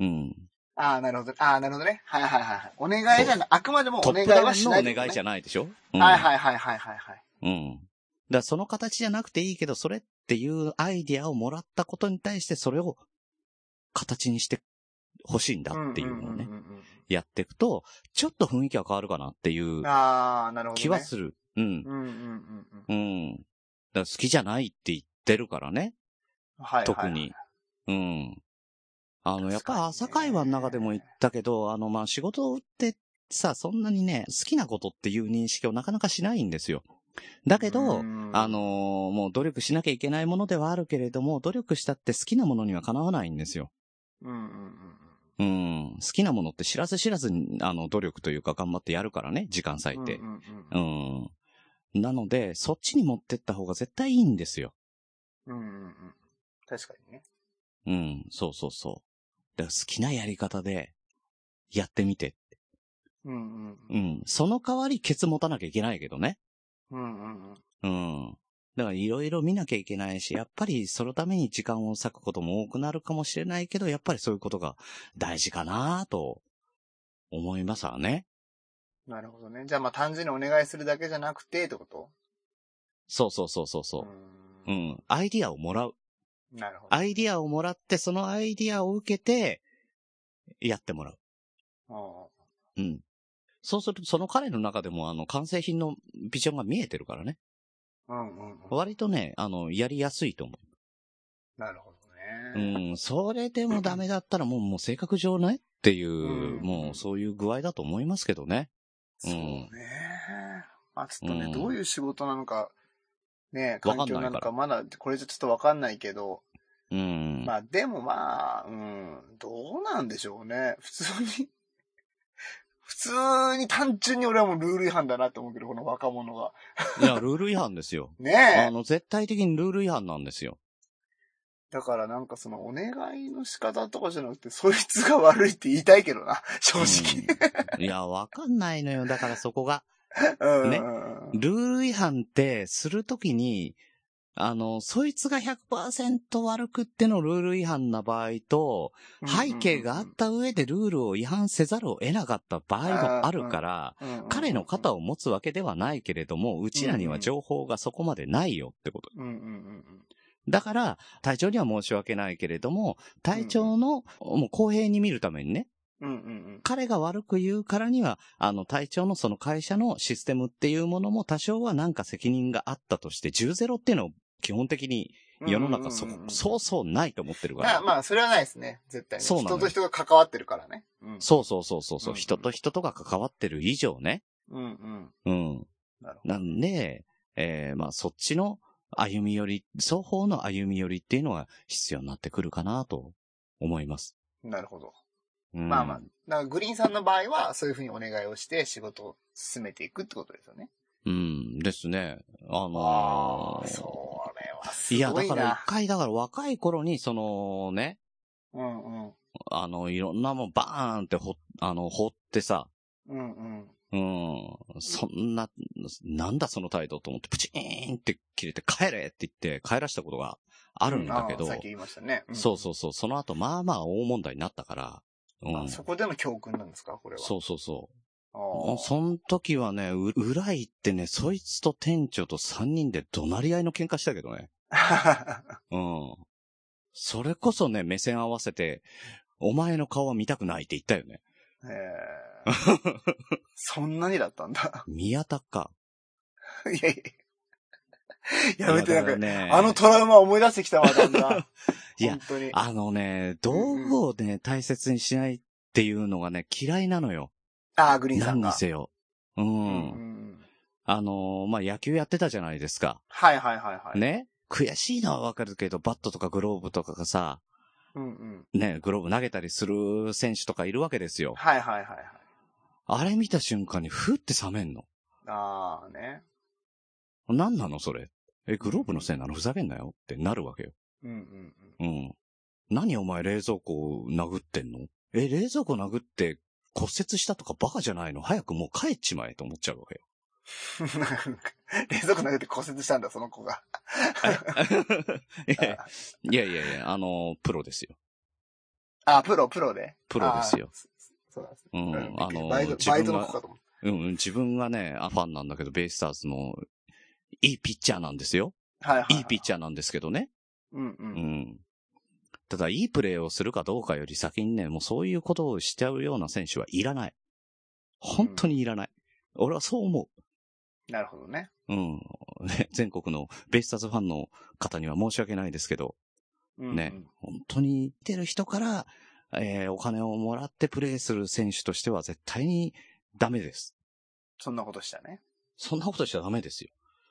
うん。ああ、なるほど。ああ、なるほどね。はいはいはいはい。お願いじゃなあくまでもトお願ッいプダウはンしのない、お願いじゃゃないでしょ、うん、はいはいはいはいはいはい。うん。だからその形じゃなくていいけど、それっていうアイディアをもらったことに対して、それを形にして欲しいんだっていうのをね、んんうんやっていくと、ちょっと雰囲気は変わるかなっていううんああ、なるほど、ね。気はする。うん。うんうんうんうん。うん。だから好きじゃないって言ってるからね、はいはいはい。特に。うん。あの、やっ確かにぱね朝会話の中でも言ったけど、あの、まあ、仕事ってさ、そんなにね、好きなことっていう認識をなかなかしないんですよ。だけど、うんあ、のーもう努力しなきゃいけないものではあるけれども、努力したって好きなものにはかなわないんですよ。うんうんうんうん。好きなものって知らず知らずに、あの、努力というか頑張ってやるからね、時間割ういん。てう。んうん。なので、そっちに持ってった方が絶対いいんですよ。うんうん。うんうんうん。確かにね。うん。そうそうそう。だから好きなやり方で、やってみて。うんうんう。うんん。その代わり、ケツ持たなきゃいけないけどね。うんうんうん。うん。だからいろいろ見なきゃいけないし、やっぱりそのために時間を割くことも多くなるかもしれないけど、やっぱりそういうことが大事かなと思いますわね。なるほどね。じゃあまあ単純にお願いするだけじゃなくてってことそうそうそうそうそうう。うん。アイディアをもらう。ん。なるほど。アイディアをもらって、そのアイディアを受けて、やってもらう。おうん。そうすると、その彼の中でも、あの、完成品のビジョンが見えてるからね。ううんうんうん。割とね、あの、やりやすいと思う。なるほどうね。ん、それでもダメだったらもう、もう性格上ねっていう、うんもうそういう具合だと思いますけどね。そうね。まあちょっとね、うんどういう仕事なのか、ね、わかんないから環境なのか、まだ、これじゃちょっとわかんないけど、うん。まあでもまあ、うん、どうなんでしょうね。普通に、普通に単純に俺はもうルール違反だなって思うけど、この若者が。いや、ルール違反です よ。あねえ。の、絶対的にルール違反なんですよ。だからなんかそのお願いの仕方とかじゃなくて、そいつが悪いって言いたいけどな、 正直。うんいや、わかんないのよ。だからそこが。うんうんねうんルール違反って、するときに、あの、そいつが100%悪くってのルール違反な場合と、背景があった上でルールを違反せざるを得なかった場合もあるから、うんうんうん、彼の肩を。を持つわけではないけれども、うちらには情報がそこまでないよってこと。うんうんうんだから、隊長には申し訳ないけれども、隊長の、もう公平に見るためにね、うん。うんうん彼が悪く言うからには、あの、隊長のその会社のシステムっていうものも多少はなんか責任があったとして、10ゼロっていうのを基本的にうん。世の中そうんうんうこ、んそうそうないと思ってるかまあ、ら。まあ、それはないですね。絶対に。そうなのよ人と人が関わってるからね。うん。そうそうそうそうそう、うんうん人と人とが関わってる以上ね。うんううん。ん。なるほど。なんで、えーまあ、そっちの歩み寄り、双方の歩み寄りっていうのが必要になってくるかなと思います。なるほど。うんまあまあ。なんかグリーンさんの場合は、そういうふうにお願いをして仕事を進めていくってことですよね。うん、ですね。ああのあ、ーそれはすいや、ごだいな。から一回、だから若い頃に、そのね、うんうん。あの、いろんなもんバーンってほ、あの、掘ってさ、うんうん。うん、そんな、なんだその態度と思って、プチーンって切れて帰れって言って帰らしたことがああるんだけど、さっき言いましたね。そうそうそう、その後まあまあ大問題になったから、ううんん。そこでの教訓なんですかこれは。そうそうそう。ああ。その時はね、う裏行ってね、そいつと店長と3人で怒鳴り合いの喧嘩したけどね。うん。それこそね、目線合わせて、お前の顔は見たくないって言ったよ ね。へ えそんなにだったんだ。 宮田か。いやいや。やめて、なんか、いやだらねあのトラウマ思い出してきたわ、だんだん。 いや本当に。あのね、道具をね、大切にしないっていうのがね、嫌いなのよ。ああ、グリーンさ何んにが。せよ。う。うんん。あのーまあ、野球やってたじゃないですか。はいはいはいはい。。ね悔しいのはわかるけど、バットとかグローブとかがさ、うんうん。ね、グローブ投げたりする選手とかいるわけですよ。はいはいはいはい。あれ見た瞬間にふーって冷めんの。ああね。何なのそれ。え、グローブのせいなのふざけんなよってなるわけよ。うんうんうん。うん。何お前冷蔵庫殴ってんのえ、冷蔵庫殴って骨折したとかバカじゃないの早くもう帰っちまえと思っちゃうわ けよ。冷蔵庫投げて骨折したんだ、その子が。いやいやいやいや、あの、プロですよ。あ、プロ、プロで。プロですよあ。そそうなんですね。うんうん、あのバイト、自バイト分のが子か、と思っうん、うん自分がね、あファンなんだけど、ベイスターズの、いいピッチャーなんですよ。た。はいはい、はいい。いピッチャーなんですけどね。うんう。うんん。ただ、いいプレーをするかどうかより先にね、もうそういうことをしちゃうような選手はいらない。本当にいらない。俺はそう思なるほどね。う。うん。 ね全国のベイスターズファンの方には申し訳ないですけど、うんうんね本当に見てる人から、えーお金をもらってプレーする選手としては絶対にダメです。そんなことしたね。 そんなことしちゃダメですよ。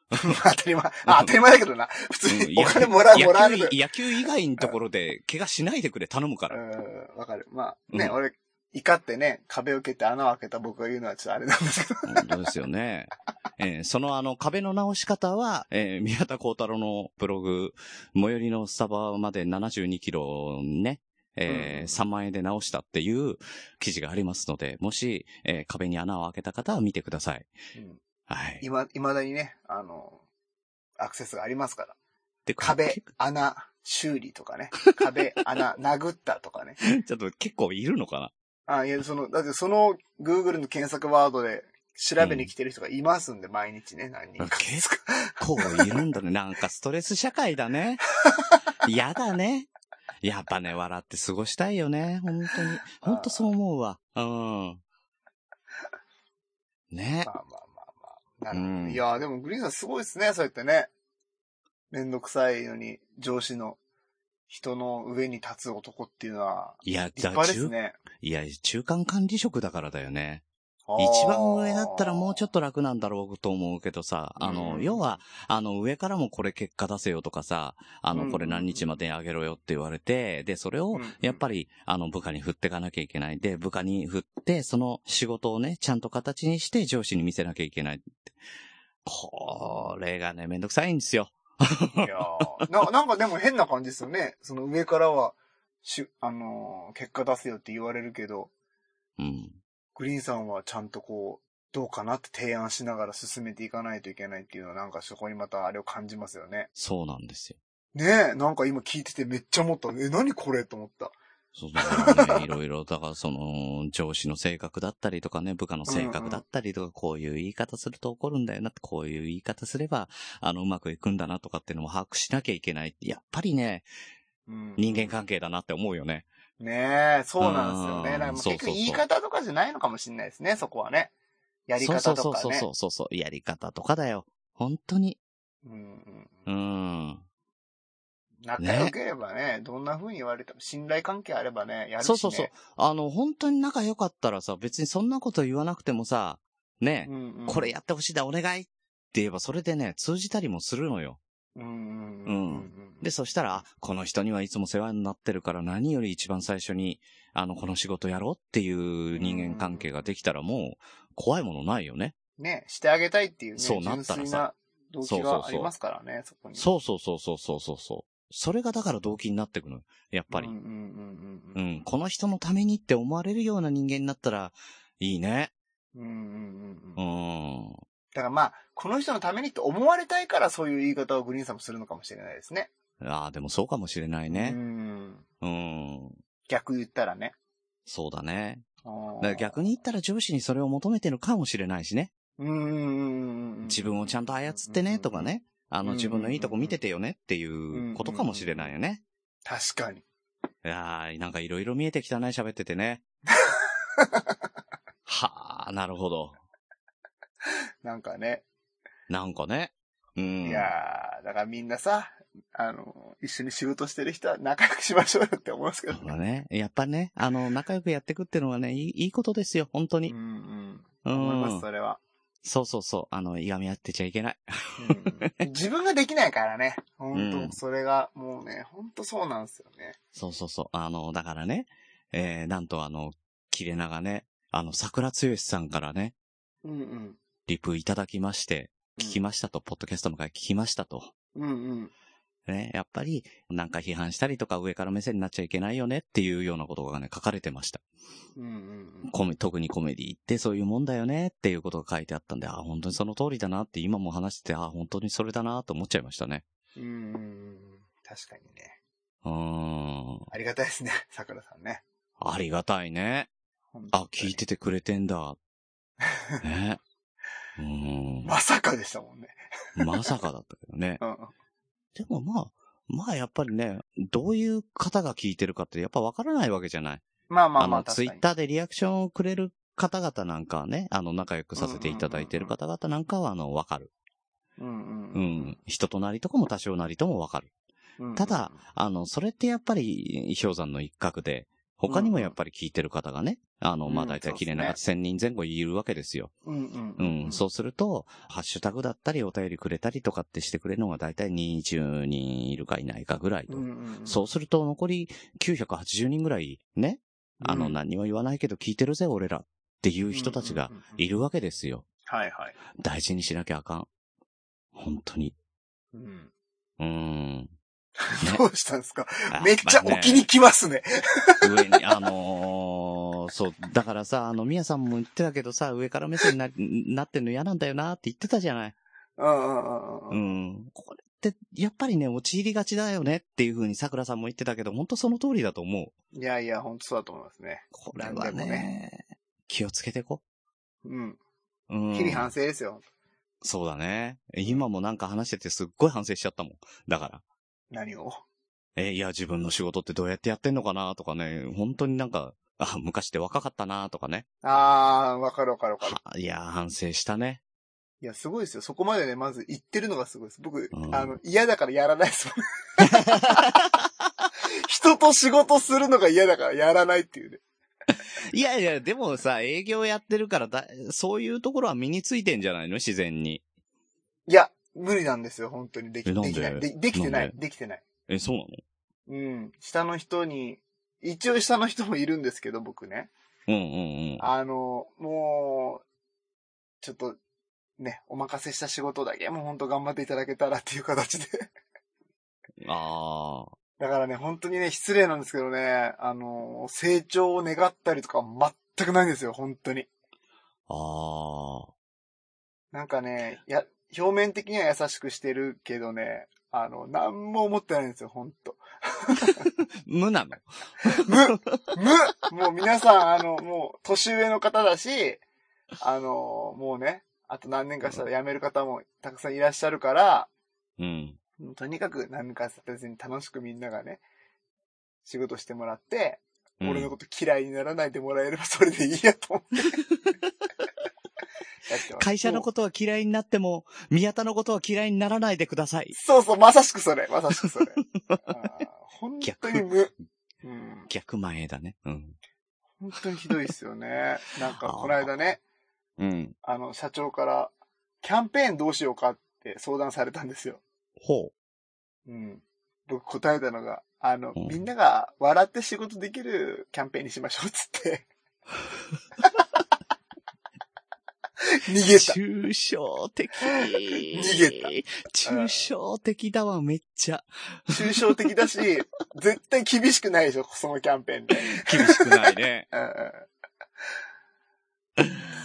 当たり前。あ、当たり前だけどな。普通うんに野お球金もらう、もらわれ野る。球野球以外のところで怪我しないでくれ、頼むかうら。ん、わかる。まあ、ね、うん俺、怒ってね、壁を蹴って穴を開けた僕が言うのはちょっとあれなんですけど。本当ですよね。えーそのあの壁の直し方は、えー宮田幸太郎のブログ、最寄りのスタバまで72キロね、えうん3万円で直したっていう記事がありますので、もし、えー壁に穴を開けた方は見てください。うんはい。いま、いまだにね、あの、アクセスがありますから。で壁、穴、修理とかね。壁、穴、殴ったとかね。 ちょっと結構いるのかあ、いや、その、だってその Google の検索ワードで調べに来てる人がいますんで、毎日ね、何人か。結構いるんだね。なんかストレス社会だね。やだね。やっぱね、笑って過ごしたいよね。本当に。本当そう思うわ。うん。ね ま。あまあまあまあ。なるほどねうんいや、でもグリーンさんすごいですね、そうやってね。めんどくさいのに、上司の人の上に立つ男っていうのは、いや、立だ派です中、ね。いや、中間管理職だからだよね。あー一番上だったらもうちょっと楽なんだろうと思うけどさ、あうの、ん要は、あの、上からもこれ結果出せよとかさ、あうの、んこれ何日までにあげろよって言われて、で、それをうん、やっぱり、あの、部下に振っていかなきゃいけない。で、部下に振って、その仕事をね、ちゃんと形にして上司に見せなきゃいけないって。これがね、めんどくさいんですよ。いやーな、 なんかでも変な感じですよね。その上からは、し、あのー結果出せよって言われるけど、うん。グリーンさんはちゃんとこう、どうかなって提案しながら進めていかないといけないっていうのはなんかそこにまたあれを感じますよね。そうなんですよ。ねえ、なんか今聞いててめっちゃ思った。え、何これと思った。そうだ からね、いろいろ、だからその、上司の性格だったりとかね、部下の性格だったりとか、こういう言い方すると怒るんだよなって、こういう言い方すれば、あの、うまくいくんだなとかっていうのも把握しなきゃいけない。やっぱりね、うん、人間関係だなって思うよね。ねえ、そうなんですようね。んなんかそうそうそう結局言い方とかじゃないのかもしれないですね、そこはね。やり方そうとそうかそうね。そうそうそう、やり方とかだよ。本当に。うんううんん。仲良ければね、どんな風に言われても、信頼関係あればね、やるし、ね。そうそうそう。あの、本当に仲良かったらさ、別にそんなこと言わなくてもさ、ね、うんうんこれやってほしいだ、お願いって言えば、それでね、通じたりもするのよ。うんううんうんんうん。で、そしたら、あこの人にはいつも世話になってるから何より一番最初に、あの、この仕事やろうっていう人間関係ができたらもう、怖いものないよね。ね、してあげたいっていうね、そうなったらさ純粋な動機がありますからね、そこに。そうそうそうそうそうそうそう。それがだから動機になってくの。やっぱり。ううんん、うんうんうんこの人のためにって思われるような人間になったら、いいね。うん。うんうんうんううん。ん。だからまあ、この人のためにって思われたいからそういう言い方をグリーンさんもするのかもしれないですね。ああ、でもそうかもしれないうね。ん。うん。逆言ったらね。そうだね。あだーから逆に言ったら上司にそれを求めてるかもしれないしね。うんうんうんうん。自分をちゃんと操ってね、とかね。あの、うん自分のいいとこ見ててよねっていうことかもしれないよね。確かに。いやー、なんかいろいろ見えてきたね、喋ってて ね。はあ、なるほど。なんかね。なんかね。うん。いやー、だからみんなさ、あの、一緒に仕事してる人は仲良くしましょうよって思いますけどそうだね。やっぱね、あの、仲良くやってくっていうのはね、いいいいことですよ、本当うんに。うん。う思いまんす、。それは。そうそうそう。あの、いがみ合ってちゃいけない。 うん自分ができないからね。う本ん当それが、もうね、本当そうなんですよね。そうそうそう。あの、だからね、えー、なんとあの、切れ長ね、あの、桜剛さんからね、うんうん。リプいただきまして、聞きましたと、ポッドキャストの回聞きましたと。うんうん。ね、やっぱり、なんか批判したりとか上から目線になっちゃいけないよねっていうようなことがね、書かれてました。うんうんコメ特にコメディってそういうもんだよねっていうことが書いてあったんで、あ、本当にその通りだなって今も話してて、あ、本当にそれだなと思っちゃいましたね。うん。うんうんうん。確かにね。うーん。ありがたいですね、桜さんね。ありがたいね。本当にあ、聞いててくれてん だ。ね。うー まさかでしたもんね。ん。まさかだったけどね。うん。でもまあ、まあやっぱりね、どういう方が聞いてるかってやっぱわからないわけじゃない。まあまあまあ、の、ツ確イかッに。ターでリアクションをくれる方々なんかはね、あの、仲良くさせていただいてる方々なんかは、あの、わかる。うんううんん。人となりとかも多少なりともわかる。うん。ただ、あの、それってやっぱり、氷山の一角で、他にもやっぱり聞いてる方がね、あの、まあうん大体そう綺ですね麗な1000人前後いるわけですよ。うんうんううんん。、そうすると、ハッシュタグだったりお便りくれたりとかってしてくれるのが大体20人いるかいないかぐらいと。うんうんうん。そうすると残り980人ぐらいね、あのうん何も言わないけど聞いてるぜ俺らっていう人たちがうんうんうんうんいるわけですよ。はいはい。大事にしなきゃあかん。本当に。うん。うーん。 どうしたんですかあめっちゃまあね置きに来ますね。上に、あのーそう、だからさ、あの、宮さんも言ってたけどさ、上から目線にななってんの嫌なんだよなって言ってたじゃない。うんうんうんううん。ん。これって、やっぱりね、陥りがちだよねっていう風に桜さんも言ってたけど、本当その通りだと思う。いやいや、本当そうだと思いますね。これはなんでね、も気をつけてこ。うん。うん。日々反省ですよ。そうだね。今もなんか話しててすっごい反省しちゃったもん。だから。何を。え、いや、自分の仕事ってどうやってやってんのかなとかね、本当になんか、あ、昔って若かったなとかね。あー、わかるわかるわかる。はいや、反省したね。いや、すごいですよ。そこまでね、まず言ってるのがすごいです。僕、うんあの、嫌だからやらないですもん。 人と仕事するのが嫌だからやらないっていうね。いやいや、でもさ、営業やってるからだ、そういうところは身についてんじゃないの自然に。いや、無理なんですよ、本当に。できえなんでできない。でできてな。ないんできてない。え、そうなうん。下の人に、一応下の人もいるんですけど、僕ね。のうんうんうん。あの、もう、ちょっと、ね、お任せした仕事だけ、もう本当頑張っていただけたらっていう形で。 ああ。だからね、本当にね、失礼なんですけどね、あの、成長を願ったりとか全くないんですよ、本当に。ああ。なんかね、や、表面的には優しくしてるけどね、あの、なんも思ってないんですよ、本当無なの 無もう皆さん、あの、もう、年上の方だし、あの、もうね、あと何年かしたら辞める方もたくさんいらっしゃるから、うん。とにかく何かせずに楽しくみんながね、仕事してもらって、うん俺のこと嫌いにならないでもらえればそれでいいやと思 って。やってます会社のことは嫌いになっても、宮田のことは嫌いにならないでください。そうそう、まさしくそれ、まさしく それ。あー本当に無。うん、逆前だね。うん。本当にひどいですよね。なんか、この間ね、うん。あの、社長から、キャンペーンどうしようかって相談されたんですよ。ほうん。僕答えたのが、あの、うんみんなが笑って仕事できるキャンペーンにしましょうっつ って。逃う。げた。抽象的。逃げた抽象的だわ、めっちゃ。抽象的だし、絶対厳しくないでしょ、そのキャンペーンって。厳しくないね。うんうん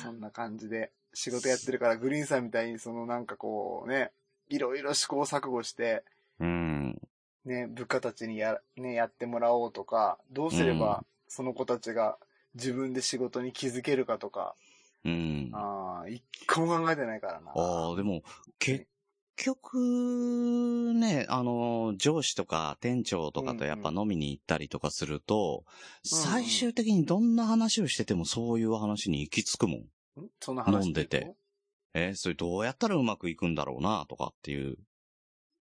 そんな感じで、仕事やってるから、グリーンさんみたいに、そのなんかこうね、いろいろ試行錯誤して、うん。ね、部下たちにや、ね、やってもらおうとか、どうすれば、その子たちが自分で仕事に気づけるかとか、うん。ああ、一個も考えてないからな。ああ、でも、結局、ね、あの、上司とか店長とかとやっぱうん飲みに行ったりとかすると、うんうん最終的にどんな話をしててもそういう話に行き着くもん。んそんな話飲んでてってこえーそれどうやったらうまくいくんだろうな、とかっていう。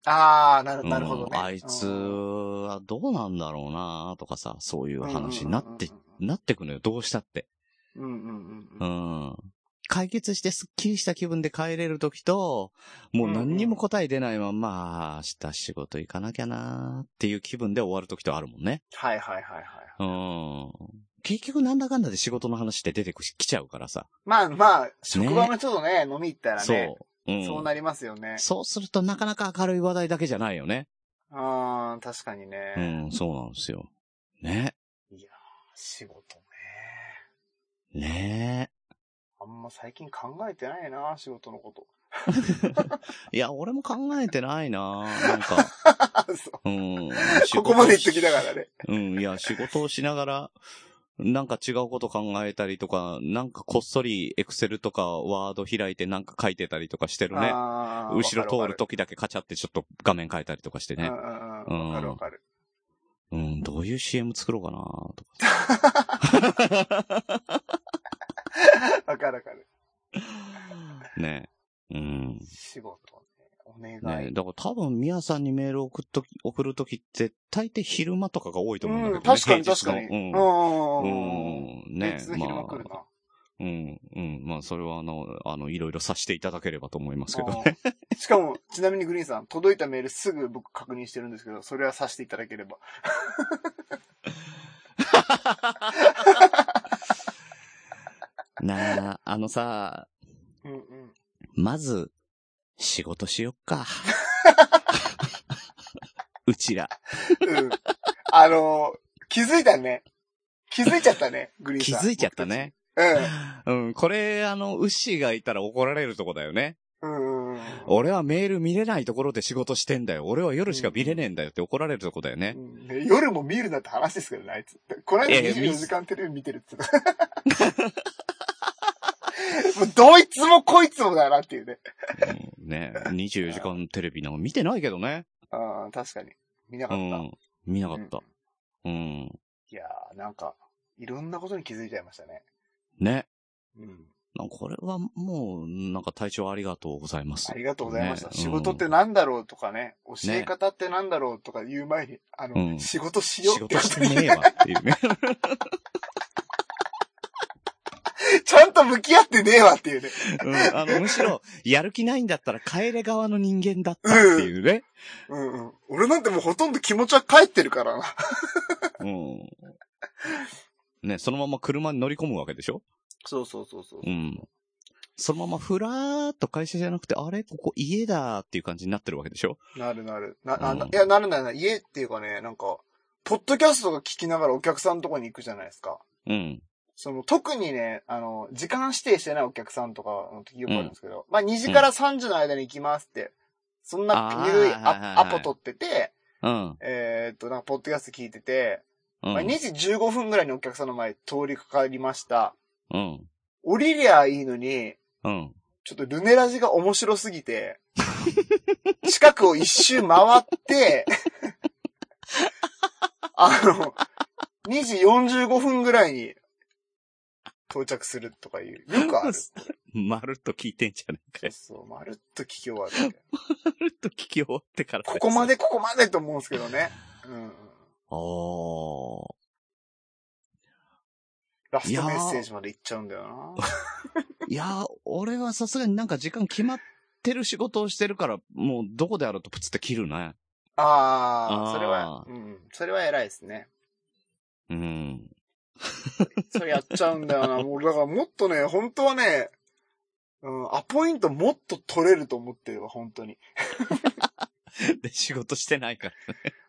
と。ああ、なるなるほどね。うんあいつうんはどうなんだろうな、とかさ、そういう話になって、なってくのよ、どうしたって。うんうんうんううん。ん。解決してスッキリした気分で帰れる時と、もう何にも答え出ないまんま、あー明日仕事行かなきゃなーっていう気分で終わる時とあるもんね。はいはいはいはい。うん。結局なんだかんだで仕事の話って出てきちゃうからさ。まあまあ、職場の人とね、飲み行ったらね、そう。うん。そうなりますよね。そうするとなかなか明るい話題だけじゃないよね。あー、確かにうね。ん、そうなんですよ。ね。いやー、仕事ね。ねあんま最近考えてないな、仕事の こと。え。いや、俺も考えてないななんか、そう うん。ここまで言っ仕事ときながらね。うん、いや、仕事をしながら、なんか違うこと考えたりとか、なんかこっそりエクセルとかワード開いてなんか書いてたりとかしてるね。あー後ろ通る。時だけカチャってちょっと画面変えたりとかしてわね。かるわかるうんうんうん。わかるわかる。うん、どういう CM 作ろうかなとか。わかるわかる。ねえ。うん。仕事ね。お願ねいえ。だから多分、ミヤさんにメール送っとき、送るとき、絶対って昼間とかが多いと思うんだけど、うねん、確かに平日確のかに。うん。うん。うん、ねねえ。昼間来るな。うん、うん。まあ、それは、あの、あの、いろいろさせていただければと思いますけど。うんしかも、ちなみにグリーンさん、届いたメールすぐ僕確認してるんですけど、それはさせていただければ。なあ、あのさ、うんうん。まず、仕事しよっ か。うちら、 うん。あのー、気づいたね。気づいちゃったね、グリーン気さん。づいちゃったね。僕たち。うん、これ、あの、ウッシーがいたら怒られるとこだよね。うん。うんうんうん。俺はメール見れないところで仕事してんだよ。俺は夜しか見れねえんだよって怒られるとこだよねう。んね夜も見るなって話ですけどね、あいつ。この間いやいや24時間テレビ見てるっ つって。もうどいつもこいつもだなっていうね。うん、ね24時間テレビなんか見てないけどね。ああ、確かに。見なかうった。ん。見なかうっんた。うん。いやー、なんか、いろんなことに気づいちゃいましたね。ね。うん。なんかこれはもう、なんか体調ありがとうございます。ありがとうございました。ね仕事ってなんだろうとかね、教えね方ってなんだろうとか言う前に、あの、うん仕事しよ仕うって事こしとてに、ねえわっていうね。 ちゃんと向き合ってねえわっていうね。うん、あ の、むしろ、やる気ないんだったら帰れ側の人間だったっていうね。うんうん。俺なんてもうほとんど気持ちは帰ってるからな。うん。ね、そのまま車に乗り込むわけでしょそうそうそうそう。うん。そのままふらーっと会社じゃなくて、あれここ家だーっていう感じになってるわけでしょなるなる。な、ななうんいや、なるなるなる。家っていうかね、なんか、ポッドキャストが聞きながらお客さんのとこに行くじゃないですか。うん。その、特にね、あの、時間指定してないお客さんとかの時よくあるんですけど、まあ、2時から3時の間に行きますって、そんな緩あーはいはいいアはいアポ取ってて、うん。えーっと、なんか、ポッドキャスト聞いてて、うんまあ、2時15分ぐらいにお客さんの前通りかかりました。うん。降りりゃいいのに、うん。ちょっとルネラジが面白すぎて、 近くを一周回って、 あの、2時45分ぐらいに到着するとかいう。よくある。まるっと聞いてんじゃね え かよ。そう、まるっと聞き終わる。まるっと聞き終わってから。ここ ま。で、ここまでと思うんですけどね。うん。ああ。ラストメッセージまで行っちゃうんだよいやー、俺はさすがになんか時間決まってる仕事をしてるから、もうどこであろうとプツって切るね。な。ああーあ、それは、うん。それは偉いですね。うん。それやっちゃうん だよな。もう、だからもっとね、本当はね、うん、アポイントもっと取れると思ってるわ、本当に。で、仕事してないか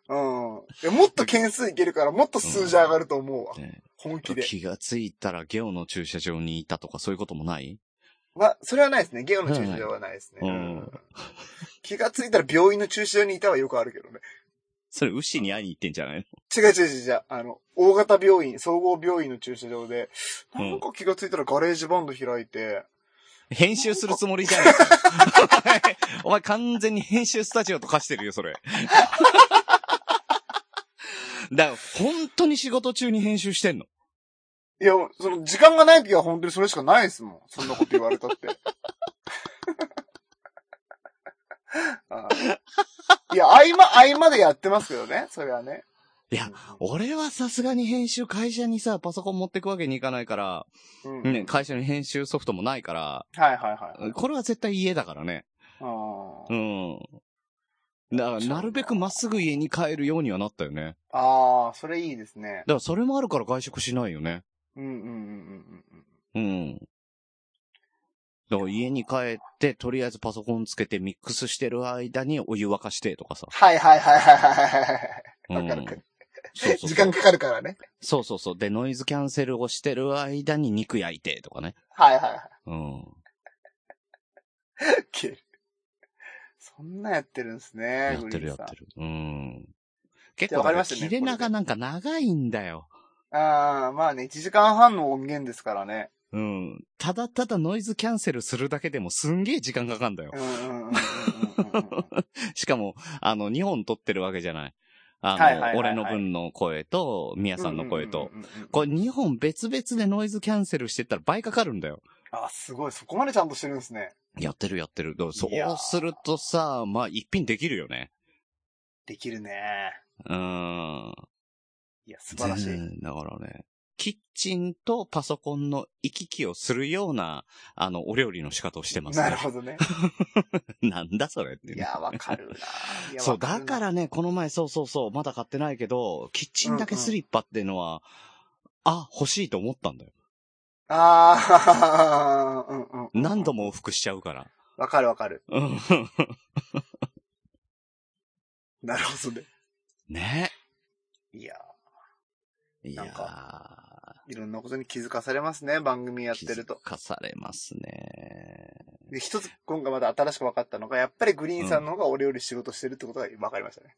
うん。いやもっと件数いけるから、もっと数字上がると思うわら。ね。本気で。気がついたらゲオの駐車場にいたとかそういうこともないは、それはないですね。ゲームの駐車場はないですね。うんうん気がついたら病院の駐車場にいたはよくあるけどね。それ、牛に会いに行ってんじゃない違う違う違う違う。あの、大型病院、総合病院の駐車場で、うんなんか気がついたらガレージバンド開いて、の 編集するつもりじゃないお前完全に編集スタジオと化してるよ、そ れ。だから、本当に仕事中に編集してんの。いや、その、時間がない時は本当にそれしかないですもん。そんなこと言われたって。 ああいや、合間、合間でやってますけどね、それはね。いや、俺はさすがに編集会社にさ、パソコン持ってくわけにいかないから、うん、ね、会社に編集ソフトもないから、はいはいはい。これは絶対家だからね。あうん。だから、なるべくまっすぐ家に帰るようにはなったよね。あああ、それいいですね。だから、それもあるから外食しないよね。うんうんうんうんうんうん。うん。だから家に帰って、とりあえずパソコンつけてミックスしてる間にお湯沸かしてとかさ。はいはいはいはいはいはい。 うんわかるわかるそうそうそう時間かかるからね。そうそうそう。で、ノイズキャンセルをしてる間に肉焼いてとかね。はいはいはい。うん。けるそんなやってるんですね、やっグてリるやーンっさんてる。うん。結じゃ構あわかりだまかしたら、ね切れ長なんか長いんだよ。ああ、まあね、1時間半の音源ですからね。うん。ただただノイズキャンセルするだけでもすんげえ時間かかんだよう。んうんうんうんうんうんうん。 しかも、あの、2本撮ってるわけじゃない。はいはあいはいはいの、俺の分の声と、宮さんの声と。うんうんうんうん。これ2本別々でノイズキャンセルしてったら倍かかるんだよ。あ、すごい。そこまでちゃんとしてるんですね。やってるやってる。だからそいやーうするとさ、まあ、一品できるよね。できるね。うーん。いや、素晴らしい。全然だからね。キッチンとパソコンの行き来をするような、あの、お料理の仕方をしてます、ね。なるほどね。ど。 なんだそれってね、いや、わかるな。いやそう、わだるなからね、この前、そうそうそう、まだ買ってないけど、キッチンだけスリッパっていうのは、あ、欲しいと思ったんだよ。ああ、うんうん。何度も往復しちゃうから。わかるわかる。うんなるほどね。ね。いや、 いやなんー。いろんなことに気づかされますね、番組やってると。気づかされますね。で、一つ今回また新しく分かったのが、やっぱりグリーンさんの方がお料理仕事してるってことが分かりましたね。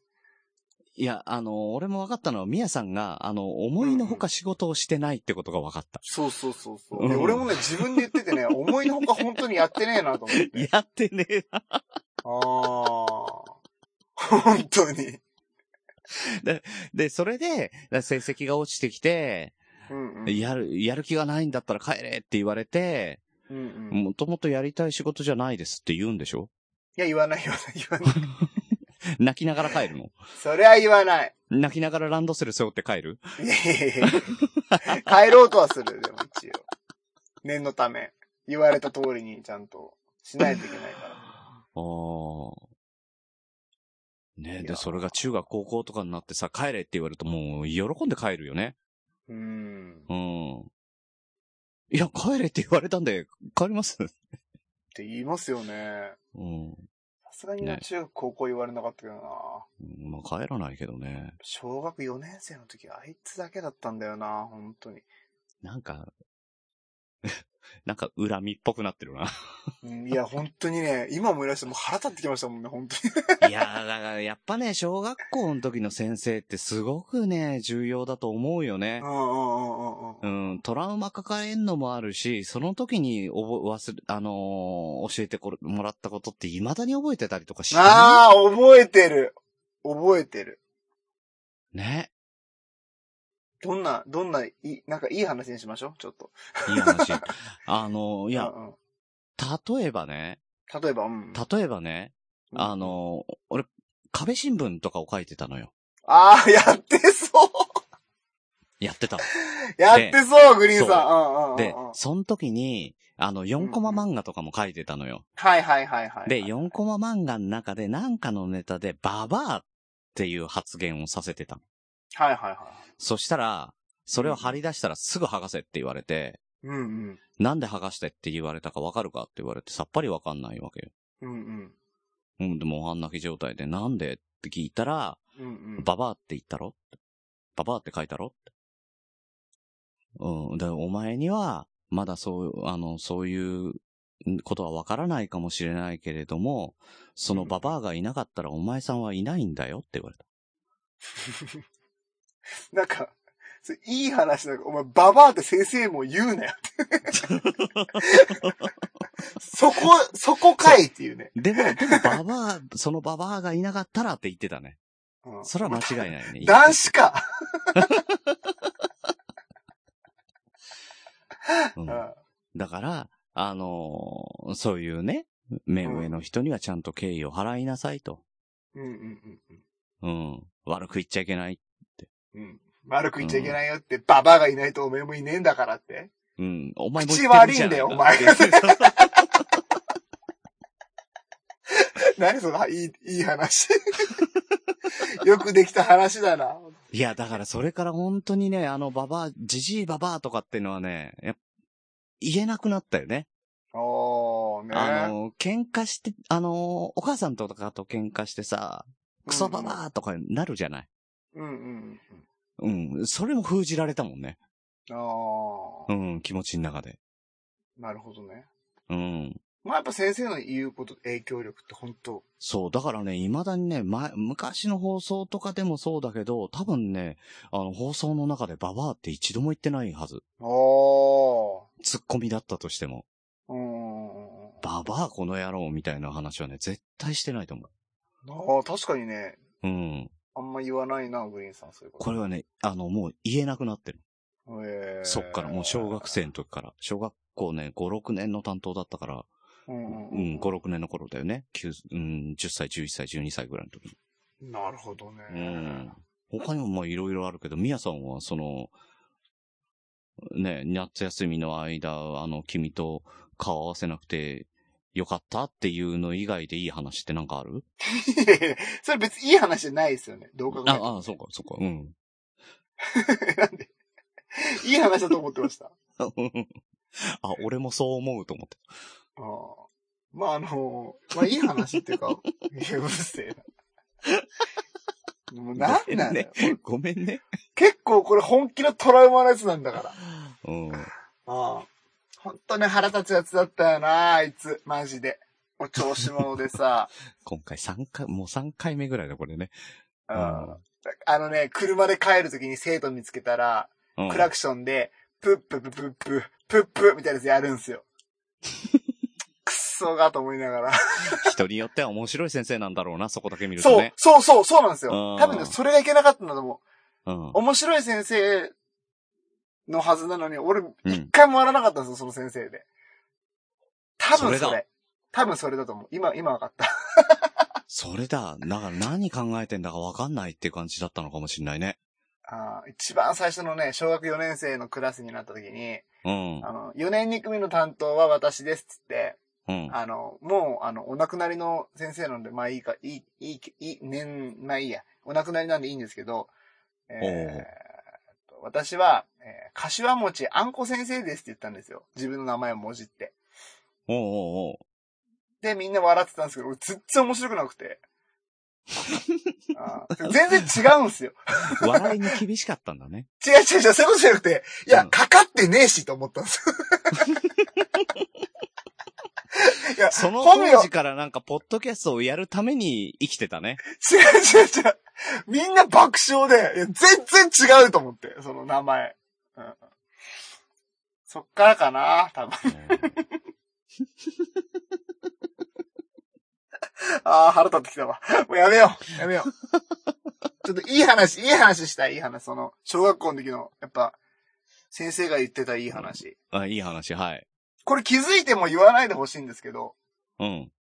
いや、あの、俺も分かったのは、みやさんが、あの、思いのほか仕事をしてないってことが分かった。そうそうそうそうう。んで俺もね、自分で言っててね、思いのほか本当にやってねえなと思って。やってねえな。ああ。本当に。で、それで、成績が落ちてきて、うんうん。やる、やる気がないんだったら帰れって言われて、うんうん。いもともとやりたい仕事じゃないですって言うんでしょや、言わない言わない言わない。泣きながら帰るのそれは言わない。泣きながらランドセル背負って帰るいやいやいやいや帰ろうとはする、でも一応。念のため。言われた通りにちゃんとしないといけないから。ああ。ねえいで、やそれが中学高校とかになってさ、帰れって言われるともう喜んで帰るよね。うーん。うん。いや、帰れって言われたんで、帰ります。って言いますよね。うん。さすがにね中学高校言われなかったけどな。まあ、帰らないけどね。小学4年生の時あいつだけだったんだよな、本当に。なんか、 なんか恨みっぽくなってるな。うんいや、本当にね、今思い出してもう腹立ってきましたもんね、本当に。いやー、だからやっぱね、小学校の時の先生ってすごくね、重要だと思うよねう。んうんうんうんう。うんん、トラウマ抱えんのもあるし、その時に覚え、忘れ、あのー教えてこれもらったことって未だに覚えてたりとかしなああ、覚えてる。覚えてる。いね。どんな、どんな、いい、なんかいい話にしましょう、ちょっと。いい話。 あのーいやう、んうん例えばね、例えば、うん。例えばね、あのー俺、壁新聞とかを書いてたのよ。ああ、やってそう。やってたの。やってそう、グリーンさん。そうんうんうんうんで、その時に、あの、4コマ漫画とかも書いてたのよ。はいはいはいはい。で、4コマ漫画の中でなんかのネタで、ババアっていう発言をさせてたの。はいはいはそしたら、それを貼り出したらすぐ剥がせって言われて、い。うんうん。なんで剥がしてって言われたかわかるかって言われて、さっぱりわかんないわけよ。うんうん。うん、でもおはん泣き状態で、なんでって聞いたら、うんうん。ババアって言ったろってババアって書いたろってうん、で、お前には、まだそう、あの、そういうことはわからないかもしれないけれども、そのババアがいなかったらお前さんはいないんだよって言われた。なんか、それいい話だけど、お前、ババアって先生も言うな よって。そこ、そこかいっていうね。でも、でもババ ア、そのババアがいなかったらって言ってたね。うんそれは間違 いないね。男子か。ううんんだから、あのーそういうね、目上の人にはちゃんと敬意を払いなさいと。うんうんうんうん。悪く言っちゃいけない。うん。うん。悪く言っちゃいけないよって、ババアがいないとお前もいねえんだからって。 うん。お前も口言ってるじゃ悪い んだよないかって何その、いい、いい話。 よくできた話だな。いや、だからそれから本当にね、あの、ババア、ジジイババアとかっていうのはね、やっぱ言えなくなったよね。ああね。の、喧嘩して、あの、お母さんとかと喧嘩してさ、クソババアとかになるじゃない。うんうんうん、それも封じられたもんね。うん。ああ、うん、気持ちの中で。なるほどね。うん。まあやっぱ先生の言うこと、影響力って本当そう、だからね、未だにね、前、昔の放送とかでもそうだけど、多分ね、あの、放送の中でババアって一度も言ってないはず。あツッコミだったとしても、あ、うん。ババアこの野郎みたいな話はね、絶対してないと思ああ、確かにね、う。うん。あんま言わないな、グリーンさん、そういうこと。これはね、あの、もう言えなくなってる。へーそっから、もう小学。生の時から、小学校ね、5、6年の担当だったから、うんうんう、うんん、 5、6年の頃だよね。9、うん、10歳、11歳、12歳ぐらいの時。なるほどね。うん。他にもまあいろいろあるけど、みやさんはその、ね、夏休みの間、あの、君と顔合わせなくてよかったっていうの以外でいい話ってなんかあるいやいや それ別にいい話じゃないですよね。どう考えてもあ、あ、そうか、そうか、うん。 いい話だと思ってました。あ、俺もそう思うと思って。ああまあ、あの、まあ、いい話っていうか、 いや、うるせえな。もうなんなんだよ。ごめんね。ごめんね。結構これ本気のトラウマのやつなんだから。あうん。あ本当に腹立つやつだったよな、あいつ。マジで。お調子者でさ。今回3回、もう3回目ぐらいだ、これね。ううんんあのね、車で帰るときに生徒見つけたら、うんクラクションで、プップップップップッ、プップッみたいなやつやるんす よ。くっそがと思いながら。人によっては面白い先生なんだろうな、そこだけ見るとそうね、。そうそう、そうなんですよ。うん多分ね、それがいけなかったんだと思うんう。。面白い先生のはずなのに、俺、うん一回もやらなかったんですよ、その先生で。多分それ。それだ多分それだと思う。今、今分かった。それだ。だから何考えてんだかわかんないって感じだったのかもしんないね。あー一番最初のね、小学4年生のクラスになった時に、うん。あの、4年2組の担当は私ですっつって、うん。あの、もう、あの、お亡くなりの先生なんで、まあいいか、いい、いい、いい、年、まあいいや、お亡くなりなんでいいんですけど、えーおうと私は、えー柏餅あんこ先生ですって言ったんですよ。自分の名前をもじって。おうおうおうで、みんな笑ってたんですけど、俺、全然面白くなく て。あー全然違うんですよ。笑いに厳しかったんだ ね。違う違う違う、そういうことじゃなくて、いや、うんかかってねえしと思ったんですよ。いや、その本名当時からなんか、ポッドキャストをやるために生きて たね。違う違う違う。みんな爆笑で、いや全然違うと思って、その名前。うん、そっからかな、多分。ああ、腹立ってきたわ。もうやめよう、やめよう。ちょっといい話、いい話したい、いい話。その、小学校の時の、やっぱ、先生が言ってたいい話。あ、いい話、はい。これ気づいても言わないでほしいんですけど、うん。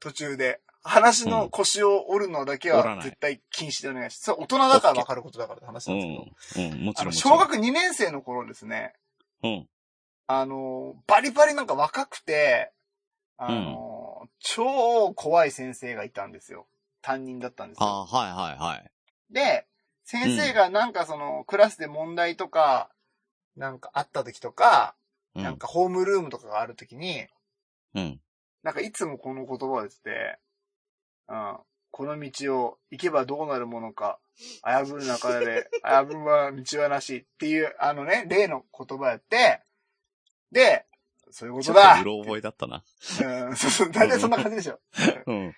途中で。話の腰を折るのだけうん折らはない絶対禁止でお願いします。それ大人だからわかることだからって話うなんですけど。ん。うん、もちあろのん。小学2年生の頃ですね、うん。あの、バリバリなんか若くて、あの、超怖い先生がいたんですよ。担任だったんですよ。あーはいはいはい。で、先生がなんかその、クラスで問題とか、なんかあった時とか、うんなんかホームルームとかがある時に、うん。なんかいつもこの言葉を言ってて、うん、この道を行けばどうなるものか、危ぶる中 で、危ぶは道はなしっていう、あのね、例の言葉やって、で、そういうこちょとっとだうろ覚えだったな。うん、 そうそう、大体そんな感じでしょ。うん。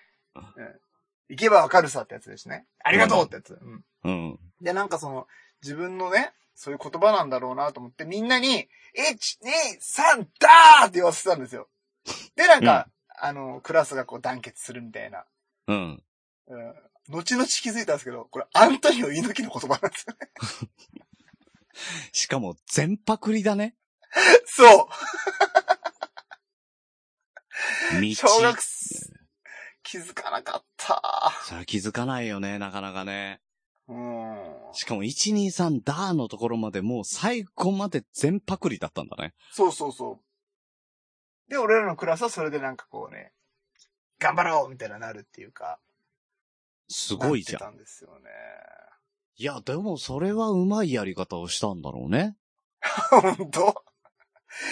行けばわかるさってやつですね。ありがとうってやつ。うん。うん。で、なんかその、自分のね、そういう言葉なんだろうなと思って、みんなに、1、2、3、ダーって言わせてたんですよ。で、なんか、あの、クラスがこう団結するみたいな。うん。うん後々気づいたんですけど、これアントニオ猪木の言葉なんですよ ね。しかも、全パクリだね。そう道。小学生、気づかなかった。それは気づかないよね、なかなかね。うん。しかも、123ダーのところまでもう最後まで全パクリだったんだね。そうそうそう。で、俺らのクラスはそれでなんかこうね、頑張ろうみたいななるっていうか。すごいじゃんな。ってたんですよね。いや、でもそれはうまいやり方をしたんだろうね。本当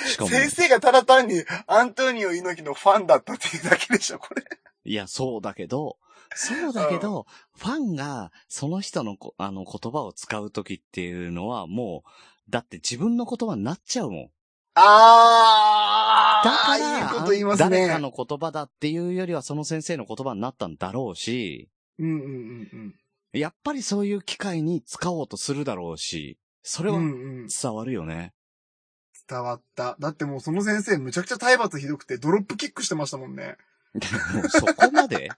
しかも、先生がただ単にアントニオ猪木のファンだったっていうだけでしょ、これ。いや、そうだけど、そうだけど、ファンがその人のこあの言葉を使うときっていうのはもう、だって自分の言葉になっちゃうもん。あだかいいら、こと言いますね。誰かの言葉だっていうよりはその先生の言葉になったんだろうし、うんうんうんうん。やっぱりそういう機会に使おうとするだろうし、それはうんうん、伝わるよね。伝わった。だってもうその先生むちゃくちゃ体罰ひどくてドロップキックしてましたもんね。もうそこま で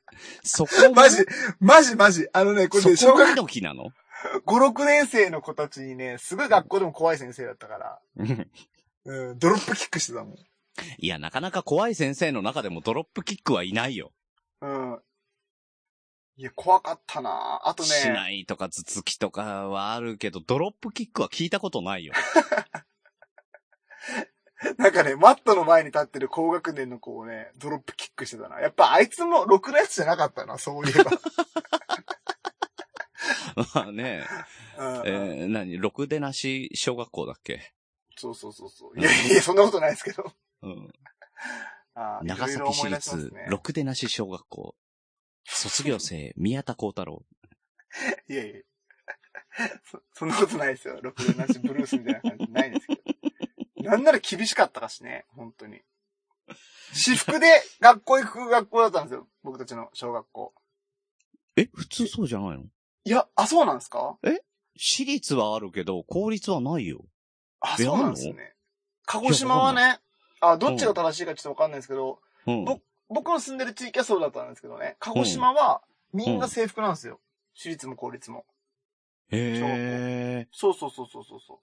そこがマジ、マジマジ。あのね、これね、そ小こが学猪木なの5、6年生の子たちにね、すごい学校でも怖い先生だったから、うんうん、ドロップキックしてたもん。いや、なかなか怖い先生の中でもドロップキックはいないよ。うん。いや、怖かったなあとね、しないとか頭突きとかはあるけど、ドロップキックは聞いたことないよ。 なんかね、マットの前に立ってる高学年の子をね、ドロップキックしてたな。やっぱあいつもろくなやつじゃなかったな、そういえば。まあね、 うんえー、何、ろくでなし小学校だっけそうそうそうそう。いやいや、そんなことないですけど。 うん。あー長いろいろ崎市思い出します立ね、ろくでなし小学 校。卒業生、宮田幸太郎。いやいや。 そ そんなことないですよ。ろくでなしブルースみたいな感じないですけど。 なんなら厳しかったかしね、本当に。私服で学校行く学校だったんですよ。僕たちの小学校。え、普通そうじゃないのいや、あ、そうなんですか私立はあるけど、公立はないよ。あ、えそうなんですあんね。鹿児島はね、あ、どっちが正しいかちょっとわかんないですけど、うん。僕僕の住んでる地域はそうだったんですけどね、鹿児島はみんな制服なんですよ。私立も公立も。へえ。そうそうそうそうそうそう。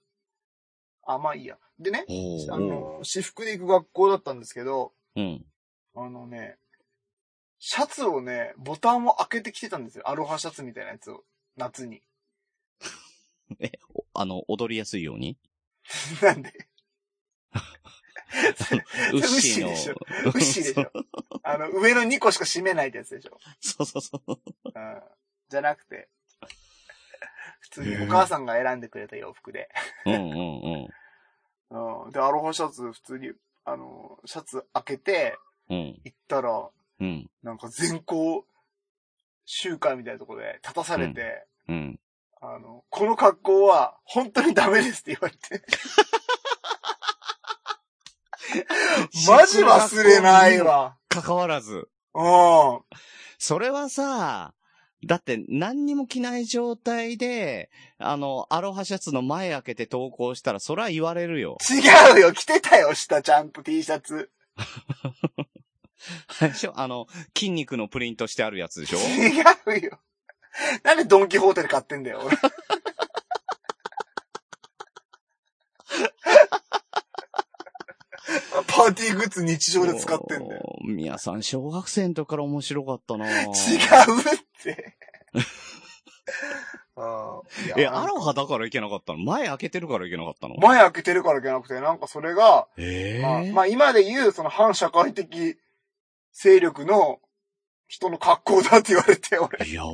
あ、まあいいや。でね、おあーの、私服で行く学校だったんですけど、うん。あのね、シャツをね、ボタンを開けて着てたんですよ。アロハシャツみたいなやつを。夏に。 おあの、踊りやすいよう に。なんで、ウウッッシシーーの。でしょウッシーでしょ。あの、上の2個しか閉めないってやつでしょ。 そうそうそう。うん。じゃなくて、 普通にへえお母さんが選んでくれた洋服で。うんうんうん。うん。で、アロハシャツ普通に、あの、シャツ開けてうん。行ったら、うん。なんか全校集会みたいなとこで立たされて、うん。あの、この格好は本当にダメですって言わ れて。マジ忘れないわ。関わらず。うん。それはさ、だって何にも着ない状態で、あの、アロハシャツの前開けて投稿したら、それは言われる よ。違うよ、着てたよ、下ちゃんと T シャツ。あれでしょあの、筋肉のプリントしてあるやつでしょ違うよ。なんでドンキホーテで買ってんだよ、俺。パーティーグッズ日常で使ってんだよ。おー宮さん、小学生の時から面白かったな違違うって。 あーえ、アロハだからいけなかったの前開けてるからいけなかったの前開けてるからじゃなくて、なんかそれが、えまあ、えまあ今で言う、その反社会的勢力の人の格好だって言われて、俺、やば。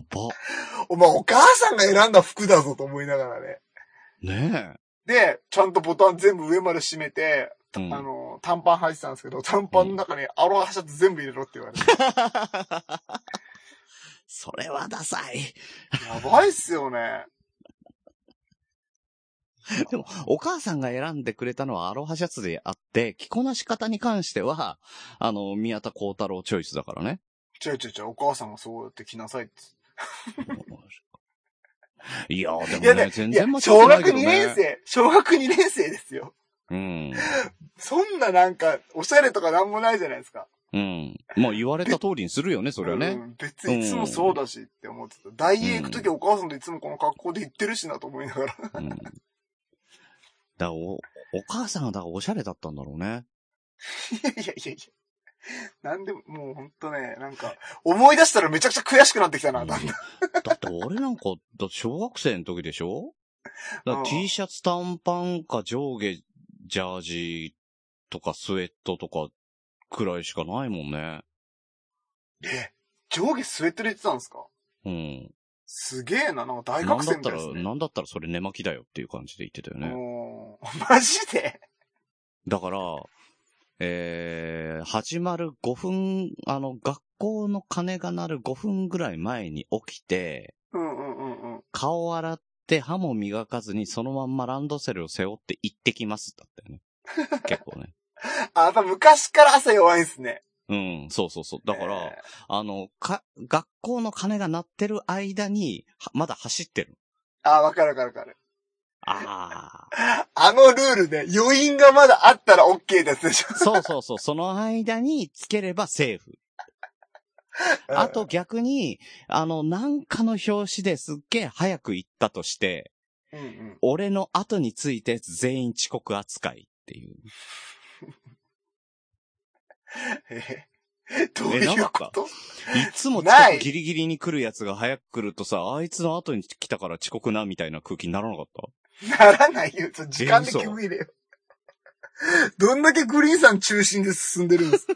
お前お母さんが選んだ服だぞと思いながらね。ねで、ちゃんとボタン全部上まで閉めて、え。うんあの、短パン履いてたんですけど、短パンの中にアロハシャツ全部入れろって言わ れて。それはダサい。やばいっすよね。でも、お母さんが選んでくれたのはアロハシャツであって、着こなし方に関しては、あの、宮田幸太郎チョイスだからね。 ちょいちょいちょい、お母さんがそうやって着なさいって。いやー、いでやもね、ね、全いや然間違小ってない学け2どね。年生、小学2年生ですよ。うん。そんななんか、おしゃれとかなんもないじゃないですか。うん。まあ言われた通りにするよね、それはうね。ん別にいつもそうだしって思ってた。ダイエー行くときお母さんといつもこの格好で行ってるしなと思いながら。 うん。だからお、お母さんはだからおしゃれだったんだろうね。いやいやいやいや。なんでも、もうほんとね、なんか、思い出したらめちゃくちゃ悔しくなってきたな、うんだんだん。 だって俺なんか、だって小学生の時でしょだからうん T シャツ短パンか上下ジャージとかスウェットとかくらいしかないもんね。え、上下スウェットで行ってたんですかうん。すげえな、なんか大なん学だ生っみたたいらです、ね。 なんだったらそれ寝巻きだよっていう感じで言ってたよね。もう、マジでだから、えー、始まる5分、あの、学校の鐘が鳴る5分ぐらい前に起きて、うんうんうんうん。顔洗って歯も磨かずにそのまんまランドセルを背負って行ってきます。だったよね。結構ね。あ、やっぱ昔から朝弱いんすね。うん、そうそうそう。だから、えあの、か、学校の鐘が鳴ってる間に、はまだ走ってる。ーあ、わかるわかるわかる。ああ。あのルールね、余韻がまだあったら OK ですでしょ。そうそうそう。その間につければセーフ。あと逆に、あの、なんかの表紙ですっげえ早く行ったとして、うんうん。俺の後についたやつ全員遅刻扱いっていう。えーどういうこといつもな近いくギリギリに来るやつが早く来るとさ、あいつの後に来たから遅刻なみたいな空気にならなかったならないよ。ちょ時間で区切れよ。どんだけグリーンさん中心で進んでるんで すか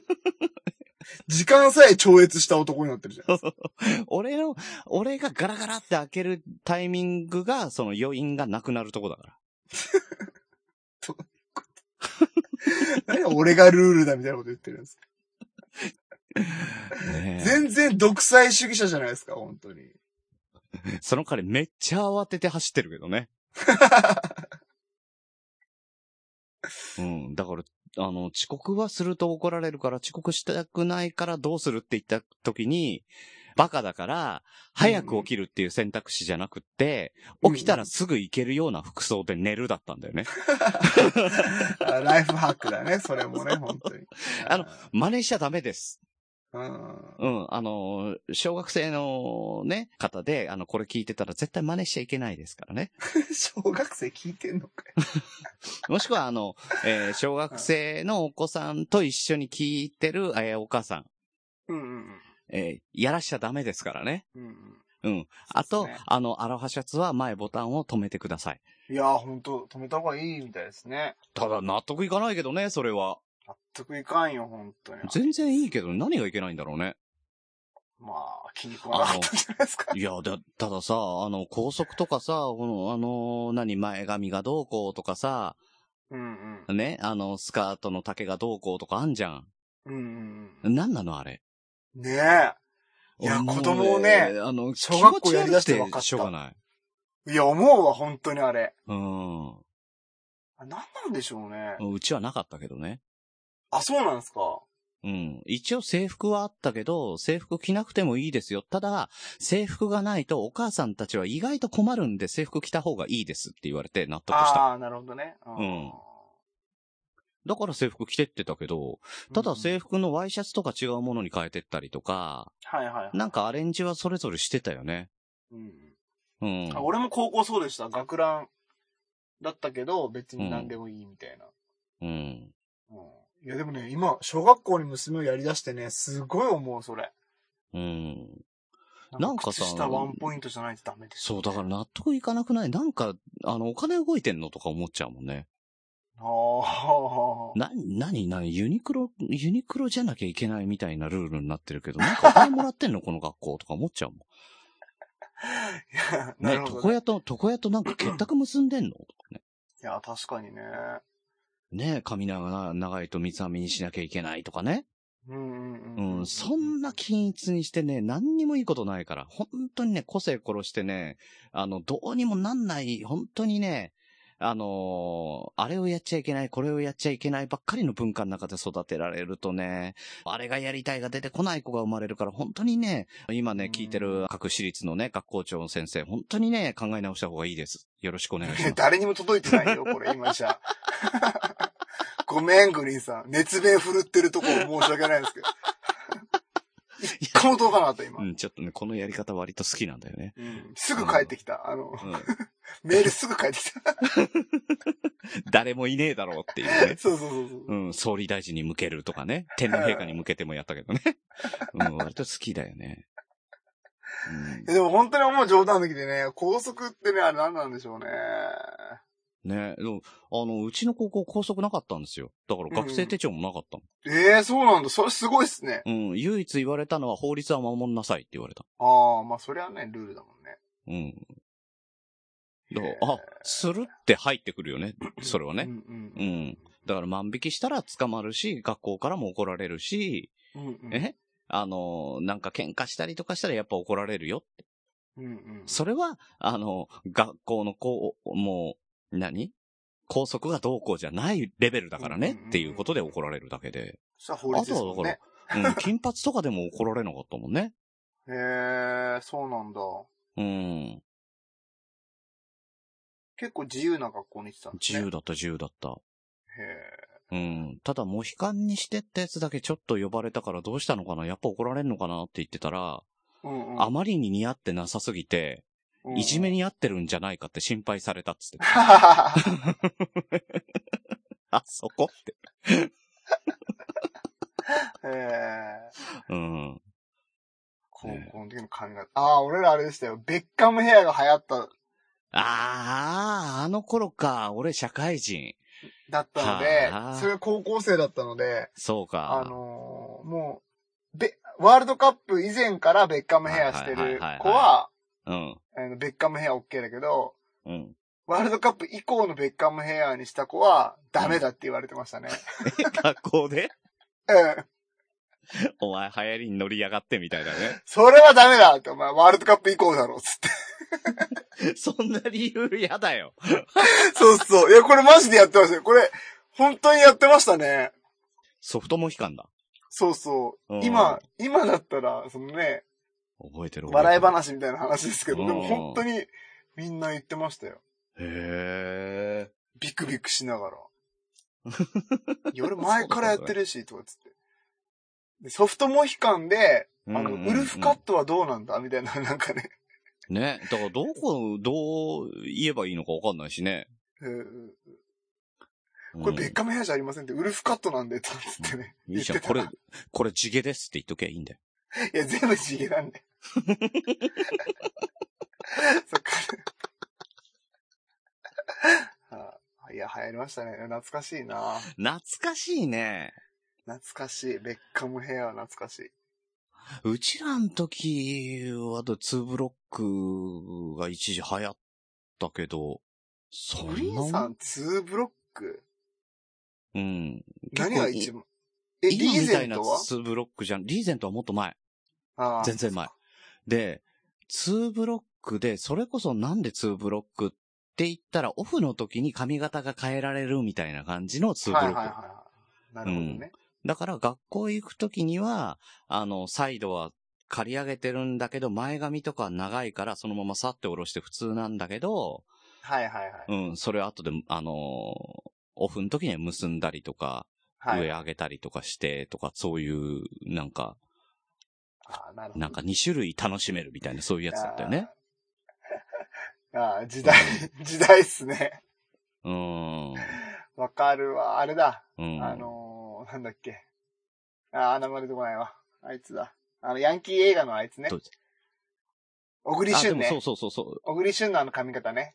時間さえ超越した男になってるじゃん。俺の、俺がガラガラって開けるタイミングが、その余韻がなくなるとこだから。何俺がルールだみたいなこと言ってるんですかねえ。全然独裁主義者じゃないですか、本 当に。その彼めっちゃ慌てて走ってるけどね。うん。だから、あの、遅刻はすると怒られるから、遅刻したくないからどうするって言った時に、バカだから、早く起きるっていう選択肢じゃなくって、うん起きたらすぐ行けるような服装で寝るだったんだよね。あライフハックだね、それもね、本当に。あの真似しちゃダメです。うん、うん。あの、小学生のね、方で、あの、これ聞いてたら絶対真似しちゃいけないです からね。小学生聞いてんのかよ。もしくは、あの、えー小学生のお子さんと一緒に聞いてる、えーお母さん、うんうんえーやらしちゃダメですからね。うん。うんうん。あと、そうですねあの、アロハシャツは前ボタンを止めてください。いやー、ほんと、止めた方がいいみたいですね。ただ、納得いかないけどね、それは。納得いかんよ、本当に。全然いいけど、何がいけないんだろうね。まあ、気に食わなかったんじゃないですか。いや、だ、たださ、あの、高速とかさ、この、あの、何、前髪がどうこうとかさ、うんうん。ね、あの、スカートの丈がどうこうとかあんじゃん。うんうんうん。なんなの、あれ。ねえ。いや俺もう子供をね、あの、小学気持校ちやりだして悪分くかったしょうがない。いや、思うわ、本当にあれ。うん。あ何なんでしょうね。うちはなかったけどね。あ、そうなんですか。うん。一応制服はあったけど、制服着なくてもいいですよ。ただ、制服がないとお母さんたちは意外と困るんで制服着た方がいいですって言われて納得した。ああー、なるほどね。うんうんだから制服着てってたけど、ただ制服。服のワイシャツとか違うものに変えてったりとか、はいはいはい。なんかアレンジはそれぞれしてたよね。ううんん。あ俺も高校そうでした。学ランだったけど、別に何でもいいみたいな。うん。うんいや、でもね、今、小学校に娘をやり出してね、すごい思う、それ。うん。なんかなんかさ靴下ワンポイントじゃないとダメです。そう、だから納得いかなくないなんか、あの、お金動いてんのとか思っちゃうもんね。ああ。な、なになにユニクロ、ユニクロじゃなきゃいけないみたいなルールになってるけ ど、なんかお金もらってんのこの学校とか思っちゃうもん。いや なね、るほど、床ね。屋と、床屋となんか結託結んでんのとかね。いや、確かにね。ね髪長長いと三つ編みにしなきゃいけないとかね。うんうんううん。ん、そんな均一にしてね、何にもいいことないから、本当にね、個性殺してね、あの、どうにもなんない、本当にね、あのーあれをやっちゃいけない、これをやっちゃいけないばっかりの文化の中で育てられるとね、あれがやりたいが出てこない子が生まれるから、本当にね、今ね、聞いてる各私立のね、学校長の先生、本当にね、考え直した方がいいです。よろしくお願い します。 誰にも届いてないよ、これ、今じゃ。 ごめん、グリーンさん。熱弁振るってるとこ申し訳ないですけど。一個も届かなかった、今。うん、ちょっとね、このやり方割と好きなんだよね。うんすぐ帰ってきた。あの、うん、メールすぐ帰ってきた。誰もいねえだろうっていうね。 そうそうそうそう。うん、総理大臣に向けるとかね。天皇陛下に向けてもやったけどね。 うん、割と好きだよね。いやでも本当に思う冗談抜きでね、高速ってね、あれ何なんでしょうね。うん、ねでもあの、うちの高校高速なかったんですよ。だから学生手帳もなかったの。ええそうなんだ。それすごいっすね。うん、唯一言われたのは法律は守んなさいって言われた。ああ、まあそりゃね、ルールだもんね。うん。だからあ、するって入ってくるよね。それはねう。んうんうん。だから万引きしたら捕まるし、学校からも怒られるし、うんうん。えあの、なんか喧嘩したりとかしたらやっぱ怒られるよ。うんうん。それは、あの、学校のこう、もう、何校則がどうこうじゃないレベルだからうんねうんうんうんっていうことで怒られるだけで。さあ法律ですもんね。 うん、金髪とかでも怒られなかったもんね。へえ、そうなんだ。うん。結構自由な学校に行ってたんです自ね。由だった、自由だった。へうん。ただ、モヒカンにしてってやつだけちょっと呼ばれたからどうしたのかなやっぱ怒られんのかなって言ってたら、え。うんうんあまりに似合ってなさすぎて、うんうんいじめ。に合ってるんじゃないかって心配されたっつってた。 あ、そこって。へえ。うん。高校の時の髪型。ああ、俺らあれでしたよ。ベッカムヘアが流行った、あー、あの頃か。俺、社会人。だったのではあ、それが高校生だったので、そうか。あのーもう、べ、ワールドカップ以前からベッカムヘアしてる子は、うん。あのベッカムヘア OK だけど、 うん。ワールドカップ以降のベッカムヘアにした子はダメだって言われてましたね。え、学校でうん。お前、流行りに乗りやがってみたいな ね。それはダメだって、お前ワールドカップ以降だろ、つって。 そんな理由やだよ。そうそう。いや、これマジでやってましたよ。これ、本当にやってましたね。ソフトモヒカンだ。そうそうう。ん今、今だったら、そのね、覚えてる覚えてる笑い話みたいな話ですけど、うんでも本当にみんな言ってましたよ。へえ。ビクビクし ながら。いや俺前からやってるし、とかっつって。でソフトモヒカンで、あうんの、うんうんウルフカットはどうなんだみたいな、 なんかね。ね。だから、どこ、どう言えばいいのかわかんないしね。うんうんこれベッカムヘアじゃありませんって、ウルフカットなんで、とかっつってね。いいじゃん、言ってたこれ、これ地毛ですって言っときゃいいんだよ。いや、全部地毛 なんで。そっから。 はあいや、流行りましたね。懐かしいな。懐かしいね。懐かしい。ベッカムヘアは懐かしい。うちらの時は、と2ブロックが一時流行ったけど、そグリんーンなさもんん2ブロックうん。結構何が一番え、リ今ーみたゼいンなトは2ブロックじゃん。リーゼントはもっと前。ああ全然前。で、2ブロックで、それこそなんで2ブロックって言ったら、オフの時に髪型が変えられるみたいな感じの2ブロッはク。いはいはいはい。なるほどね。だから学校行く時には、あの、サイドは刈り上げてるんだけど、前髪とかは長いからそのままさって下ろして普通なんだけど、はいはいはい。うん、それを後で、あのーオフの時には結んだりとか、はい、上上げたりとかしてとか、そういう、なんか、ああ、なるほど。なんか2種類楽しめるみたいな、そういうやつだったよね。ああ、時代、時代っすね。うーん。わかるわ。あれだ。うん。あのー、なんだっけ。ああ、名前出てこないわ。あいつだ。あの、ヤンキー映画のあいつねど。うぞ小栗あ、で旬もねそう。そうそうそう。小栗旬のあの髪型ね。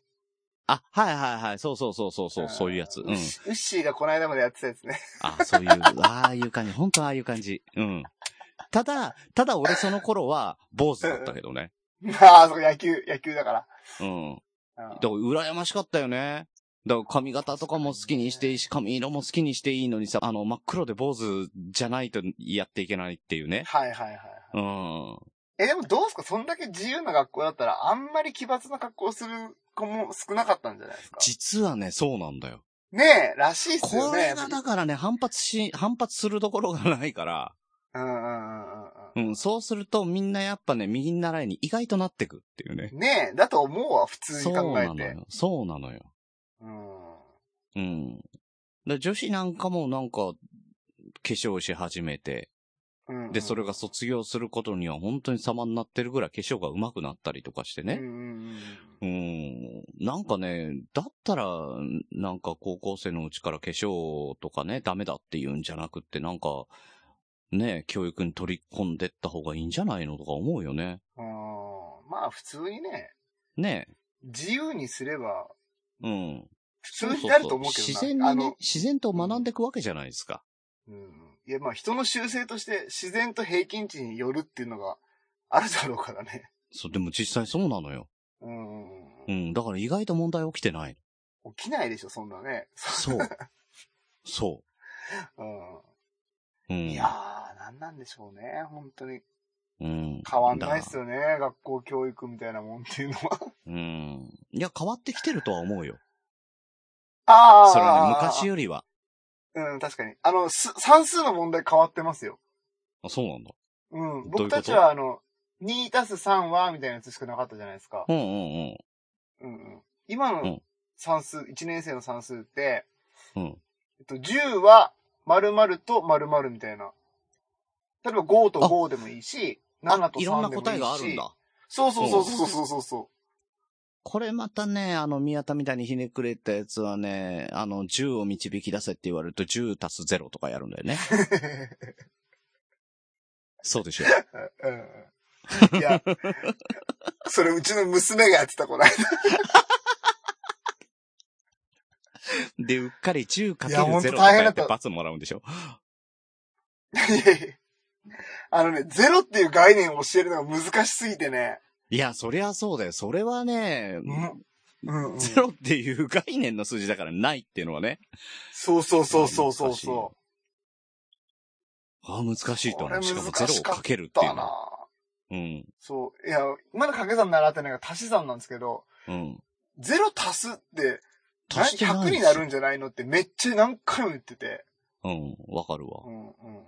あ、はいはいはい、そうそうそうそう、そんうそういうやつ。うんウッ。シーウッシーがこの間までやってたやつね。 あ、そういう、ああいう感じ、本当ああいう感じ。うん。ただ、ただ俺その頃は、坊主だったけどね。ああ、そう、野球、野球だから。うん。うんだから羨ましかったよね。だから髪型とかも好きにしていいし、髪色も好きにしていいのにさ、あの、真っ黒で坊主じゃないとやっていけないっていうね。はいはいはい。うん。え、でもどうすかそんだけ自由な学校だったら、あんまり奇抜な格好する子も少なかったんじゃないですか実はね、そうなんだよ。ねえ、らしいっすよこね。れやっぱがりだからね、反発し、反発するところがないから、うんうんうんうんううん、そうするとみんなやっぱね、右に習いに意外となってくっていうね。ん。ねえ、だと思うわ、普通そにう考えなのて。よ。そうなのよ。うん。うん。で女子なんかもなんか、化粧し始めて、うんうんで、それが卒業することには本当に様になってるぐらい化粧が上手くなったりとかしてうんね。うんうんうん。なんかね、だったら、なんか高校生のうちから化粧とかね、ダメだって言うんじゃなくって、なんか、ね、教育に取り込んでった方がいいんじゃないのとか思うよね。うん。まあ、普通にね、ね。自由にすれば、うん。普通になると思うけどな。自然あにのね、、自然と学んでいくわけじゃないですか。うん。いや、まあ、人の習性として自然と平均値によるっていうのがあるだろうからね。そう、でも実際そうなのよ。うんうんう。うんん、だから意外と問題起きてない。 起きないでしょ、そんなね。そう。そうん。う。うん。いやー、なんなんでしょうね。本当に。うん。変わんないっすよね。学校教育みたいなもんっていうの は。うん。いや、変わってきてるとは思うよ。あそれはね、昔よりは。うん、確かに。あの、す算数の問題変わってますよ。あ、そうなんだ。うん。どういうこと僕たちは、あの、2たす3は、みたいなやつしかなかったじゃないですかう。んうんうんうん。今うのん算数、1年生の算数って、うんえっと、10は、〇〇と〇〇みたいな。例えば5とあ5でもいいし、うん。 7あと3いでろんもいいなし。答えがあるんだ。。そうそうそうそうそうそうそう。これまたね、あの、宮田みたいにひねくれたやつはね、あの、10を導き出せって言われると10足す0とかやるんだよ ね。そうでしょ。うんいや、それうちの娘がやってた、こないで、うっかり 10×0 いやほんととか大変やだっってた罰もらうんでしょ。だ。いやいや あのね、ゼロっていう概念を教えるのが難しすぎてね。いや、そりゃそうだよ。それはね、うんうんゼロっていう概念の数字だからないっていうのはね。そうそうそうそうそうそああ、難しいと思う。これしかも難しかゼったロをかけるっう。ていうだのなは。うん。そう。いや、まだ掛け算習ってないから足し算なんですけど、うん。ゼロ足すって、足してない100になるんじゃないのってめっちゃ何回も言ってて。うん、わかるわう。んうんうん。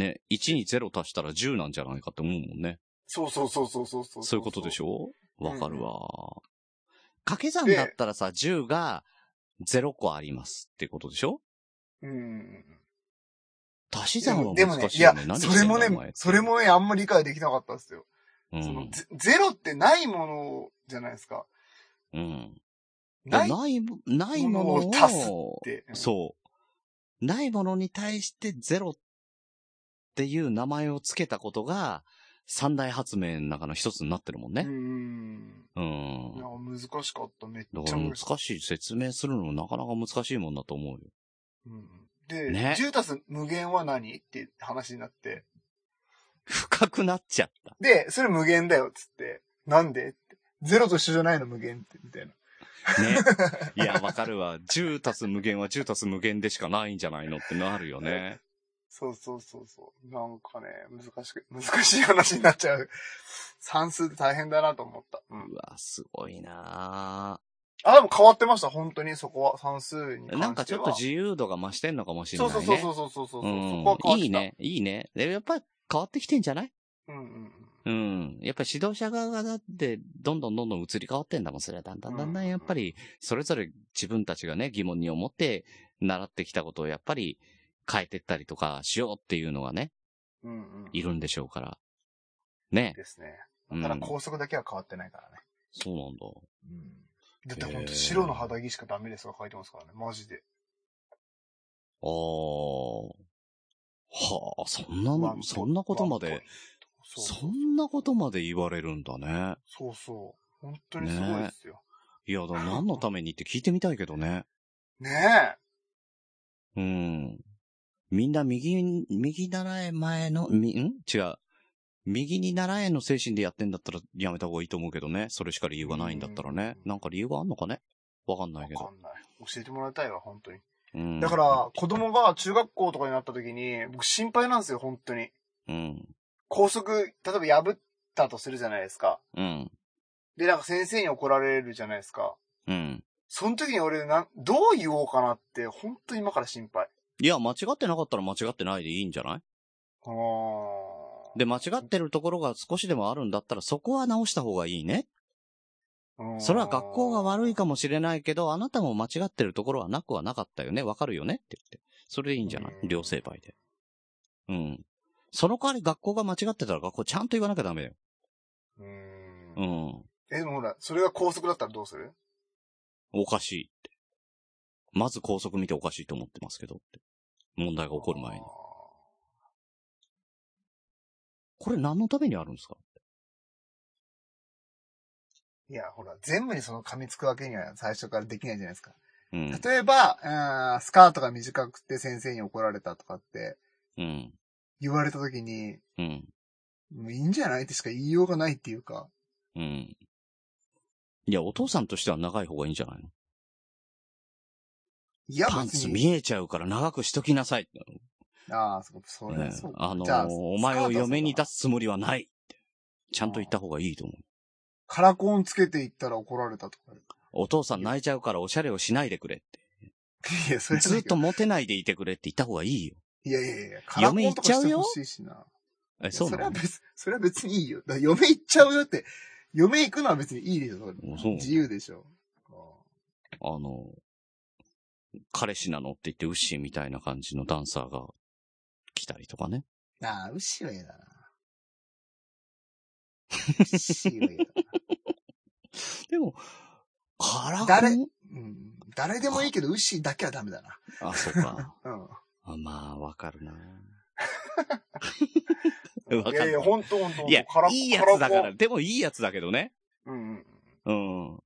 ね、1に0足したら10なんじゃないかって思うもんね。そうそうそうそうそうそう。そういうことでしょわかるわ。掛け算でだったらさ、10が0個ありますってことでしょうんうんうん。足し算はでもね難、しいいよやね。、それも何してんだお前ね、それ、もね、あんまり理解できなかったんですよ。うそのん。ゼゼロってないものじゃないですか。うん。なないっい、ないものものをを足すって。そう。ないものに対してゼロっていう名前をつけたことが、三大発明の中の一つになってるもんうね。ん。うん。いや難しかった、めっだちかゃら難難ししい。い。説明するのもなかなか難しいもんだと思うよ。うんで、ね10足す無限は何って話になって。深くなっちゃった。で、それ無限だよ、っつって。なんでって。ゼロと一緒じゃないの、無限って、みたいな。ね。いや、わかるわ。10足す無限は10足す無限でしかないんじゃないのってなるよね。そうそうそうそう。なんかね、難しく、 難しい話になっちゃう。算数って大変だなと思った。うんうわ、すごいなあ、でも変わってました、本当に、そこは。算数に関してぁは。なんかちょっと自由度が増してんのかもしれなそいうね。そうそうそうそうそうそう。そこは変うわん。ってたいい。ね。いいね。で、やっぱり変わってきてんじゃないうんうんうん。やっぱり指導者側がだって、どんどんどんどん移り変わってんだもん。それはだんだんだんだんやっぱり、それぞれ自分たちがね、疑問に思って習ってきたことをやっぱり変えてったりとかしようっていうのがね、うん。うんうん。いるんでしょうから。ね。ですね。うんただ校則だけは変わってないからね。そうなんだ。だって本へー当白の肌着しかダメですが書いてますからね、マジで。あー。はあ、そんな、そんなことまワンで、ポイント。そそう。んなことまで言われるんだね。そうそう。本当にすごいですよ。いや、だから何のためにって聞いてみたいけどね。ねえ。うん。みんな右、右習え前の、み、ん違う。右に習えの精神でやってんだったらやめた方がいいと思うけどね。それしか理由がないんだったらね。うんなんか理由があんのかねわかんないけわどか。んない。教えてもらいたいわ、本当に。うん。だから、子供が中学校とかになった時に、僕心配なんですよ、本当に。うん。校則、例えば破ったとするじゃないですか。うん。で、なんか先生に怒られるじゃないですか。うん。その時に俺なん、どう言おうかなって、本当に今から心配。いや、間違ってなかったら間違ってないでいいんじゃないあで、間違ってるところが少しでもあるんだったらそこは直した方がいいね。ーそれは学校が悪いかももしれないけど、あなたも間違ってるところはなくはなかったよね。わかるよねって言って。それでいいんじゃないうん両成敗で。うん。その代わり学校が間違ってたら学校ちゃんと言わなきゃダメだよ。うーんう。え、でもほら、それが校則だったらどうするん。おかしいって。まず校則見ておかしいと思ってますけどって。問題が起こる前にあー。これ何のためにあるんですかいや、ほら、全部にその噛みつくわけには最初からできないじゃないですか。うん。例えば、うーんスカートが短くて先生に怒られたとかってうん。言われた時に、うん。もういいんじゃないってしか言いようがないっていうか。うん。いや、お父さんとしては長い方がいいんじゃないのいや、パン別ツに。見えちゃうから長くしときなさい。ああ、そう、そねれ、そう。あのじゃあーお前を嫁に出。スカートはそうだなすつもりはないって。ちゃんと言った方がいいと思う。カラコンつけていったら怒られたとか。お父さん泣いちゃうからおしゃれをしないでくれって。い や、それだけどずっと。モテないでいてくれって言った方がいいよ。いやいやいや、カラコンとかしてほしいしな。え、そうそれなはの別、それは別にいいよ。だから嫁行っちゃうよって、嫁行くのは別にいいでしょ、それもうそう自由でしょ。あの、彼氏なのって言ってウッシーみたいな感じのダンサーが来たりとかね。ああ、牛は嫌だな。牛は嫌だ な。でも、カラコン誰うん。誰でもいいけど、牛だけはダメだな。あ、そうか。 うん。あまあ、わか るな。わかいやいるや、な。ほんとほんと。いやカラ、いいやつだかカラら、でもいいやつだけどね。コンうんうん。うん。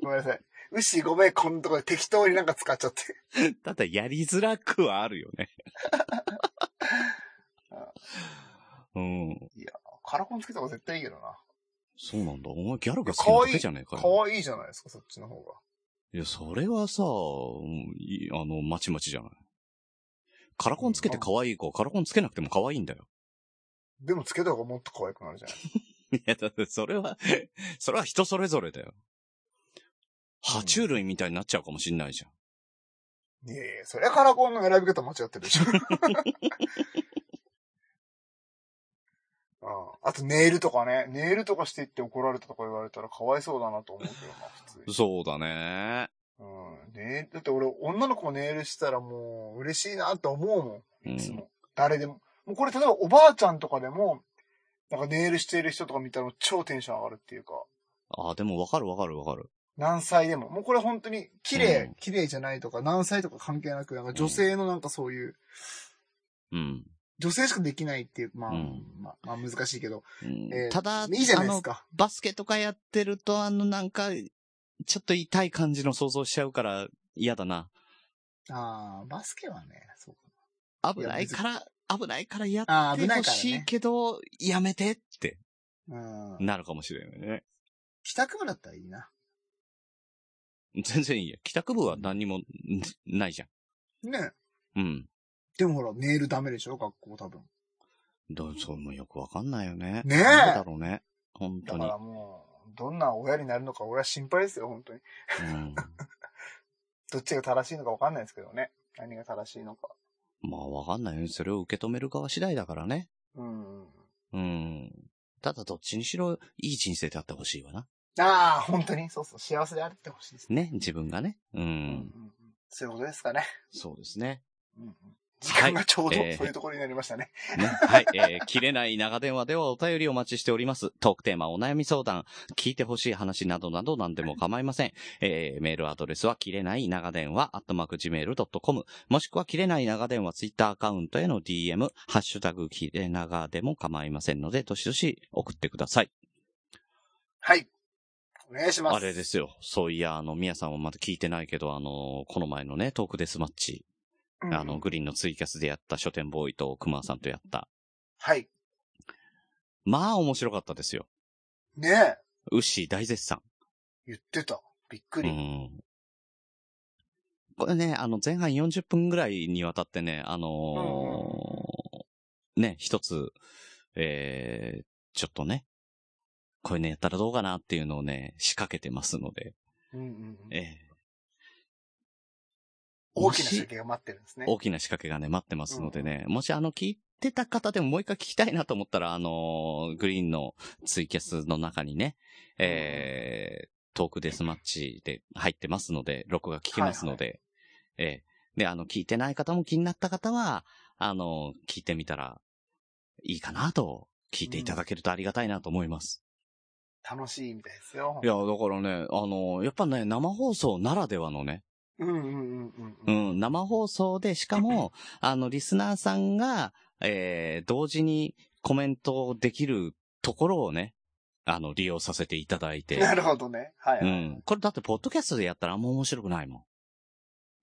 ごめんなさい。牛ごめん、こんなとこで適当になんか使っちゃって。ただやりづらくはあるよね。 うん。カラコンつけた方が絶対いいけどな。そうなんだ。お前ギャルが好きなだけじゃねえかよ。可愛いじゃないですか、そっちの方が。いや、それはさ、うんいあの、まちまちじゃない。カラコンつけて可愛い子、カラコンつけなくても可愛いんだよ。 でもつけた方がもっと可愛くなるじゃないいや、だってそれは、それは人それぞれだよ。爬虫類みたいになっちゃうかもしんないじゃん。いやいや、そりゃカラコンの選び方間違ってる でしょ。あああと、ネイルとかね。ネイルとかしていって怒られたとか言われたらかわいそうだなと思うけどな、普通に。そうだね。うん。ネイル、だって俺、女の子ネイルしたらもう嬉しいなって思うも。うんいつん。も。誰でも。もうこれ、例えばおばあちゃんとかでも、なんかネイルしている人とか見たら超テンション上がるっていうか、あ、でもわかるわかるわかる。何歳でも。もうこれ本当に、綺う麗ん、綺麗じゃないとか、何歳とか関係なく、なんか女性のなんかそういう、うん。女性しかできないっていう、まあ、うんまあ、まあ難しいけど。うんえーただ、いいじゃなあいですの、か。バスケとかやってると、あの、なんか、ちょっと痛い感じの想像しちゃうから嫌だな。ああ、バスケはね、そうか。危ないから、危ないからやっああ、て危ないほからしいね。けど、やめてってうん。なるかもしれないね。帰宅部だったらいいな。全然いいよ。帰宅部は何にもんないじゃね。ん。うん。でもほら、ネイルダメでしょ学校多分。どう、そうもよくわかんないよね。ねえなんでだろうね。本だ当かに。らもう、どんな親になるのか俺は心配ですよ、本当に。うん。どっちが正しいのかわかんないですけどね。何が正しいのか。まあわかんないよ。それを受け止める側次第だからね。うん。うん。ただどっちにしろ、いい人生であってほしいわな。ああ、本当に、そうそう、幸せであってほしいですね。ね、自分がね。う。うんうんん。そういうことですかね。そうですね。うんうん。時間がちょうど、はいえーそういうところになりましたね。ね。はい。えー、切れない長電話ではお便りお待ちしております。トークテーマ、お悩み相談、聞いてほしい話などなど何でも構いません。えー、メールアドレスは切れない長電話、アットマーク Gmail.com、もしくは切れない長電話ツイッターアカウントへの DM、ハッシュタグ切れ長でも構いませんので、どしどし送ってください。はい。お願いします。あれですよ。そういや、あの、宮さんはまだ聞いてないけど、あの、この前のね、トークデスマッチ、うん。あの、グリーンのツイキャスでやった書店ボーイと熊さんとやった。はい。まあ、面白かったですよ。ねえ。ウッシー大絶賛。言ってた。びっくうり。ん。これね、あの、前半40分ぐらいにわたってね、あのーね、一つ、えー、ちょっとね、こういうのやったらどうかなっていうのをね、仕掛けてますので、うんうんうんええ大きな仕掛けが待ってるんですね。大きな仕掛けがね、待ってますのでね、もしあの、聞いてた方でももう一回聞きたいなと思ったら、あのーグリーンのツイキャスの中にね、えー、トークデスマッチで入ってますので、録画聞きますので、えーで、あの、聞いてない方も気になった方は、あのー聞いてみたらいいかなと、聞いていただけるとありがたいなと思います。楽しいみたいですよ。いや、だからね、あのーやっぱね、生放送ならではのね、うんうんうんうんう。うんん、生放送で、しかも、あの、リスナーさんが、えー、同時にコメントできるところをね、あの、利用させていただいて。なるほどね。はい。ううんん。これだって、ポッドキャストでやったらあんま面白くないも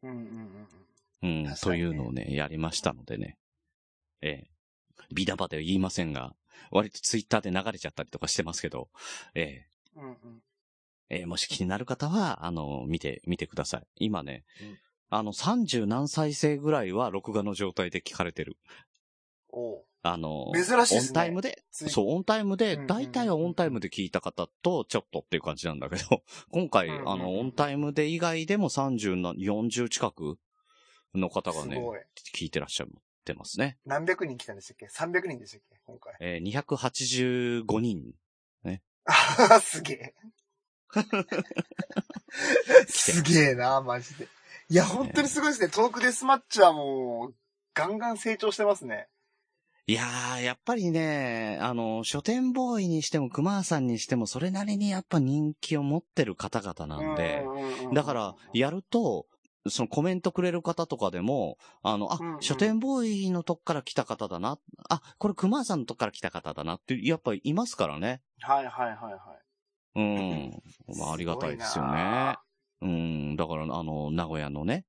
うんうんん。うん。確とかにねいうのをね、やりましたのでね。えー、ビダバでは言いませんが、割とツイッターで流れちゃったりとかしてますけど、えうんうんうん。ー、えーもし気になる方は、あの、見て、見てください。今ね、うんあの、30何再生ぐらいは録画の状態で聞かれてる。おうあの、珍しいですねオンタイムで、ついそう、オンタイムで、うんうん大体はオンタイムで聞いた方と、ちょっとっていう感じなんだけど、 今回、うんうんあの、オンタイムで以外でも30な、40近くの方がすね、ごい。聞いてらっしゃってますね。何百人来たんでしたっけ ?300 人でしたっけ今回。えー285人あははすげ え。すげえな、マジで。いや、本当にすごいですね。トークデスマッチはもう、ガンガン成長してますね。いやー、やっぱりね、あの、書店ボーイにしても、熊さんにしても、それなりにやっぱ人気を持ってる方々なんで、うんうんうんうんだから、、やると、そのコメントくれる方とかでも、あの、あ、うんうん書店ボーイのとこから来た方だな、あ、これ熊さんのとこから来た方だなって、やっぱいますからね。はいはいはいは うん。まあ、ありがたいですよね。うん。だから、あの、名古屋のね、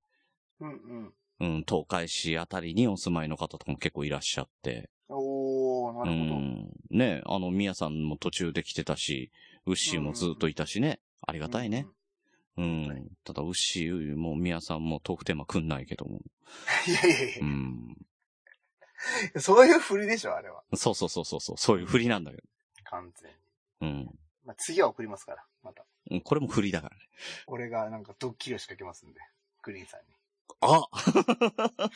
い。うんうん。うん、東海市あたりにお住まいの方とかも結構いらっしゃって。おー、なうるほど。ん。ね、あの、宮さんも途中で来てたし、ウッシーもずっといたしね。ありがたいね。うはん。ただ、ウッシーも宮さんもトークテーマくんないけども。うんうん。いやいやいうん。やそういう振りでしょ、あれは。そうそうそうそうそう、そういう振りなんだけど。完全に。うん。まあ、次は送りますから、また。うんこれも振りだからね。俺がなんかドッキリを仕掛けますんで、グリーンさんに。あ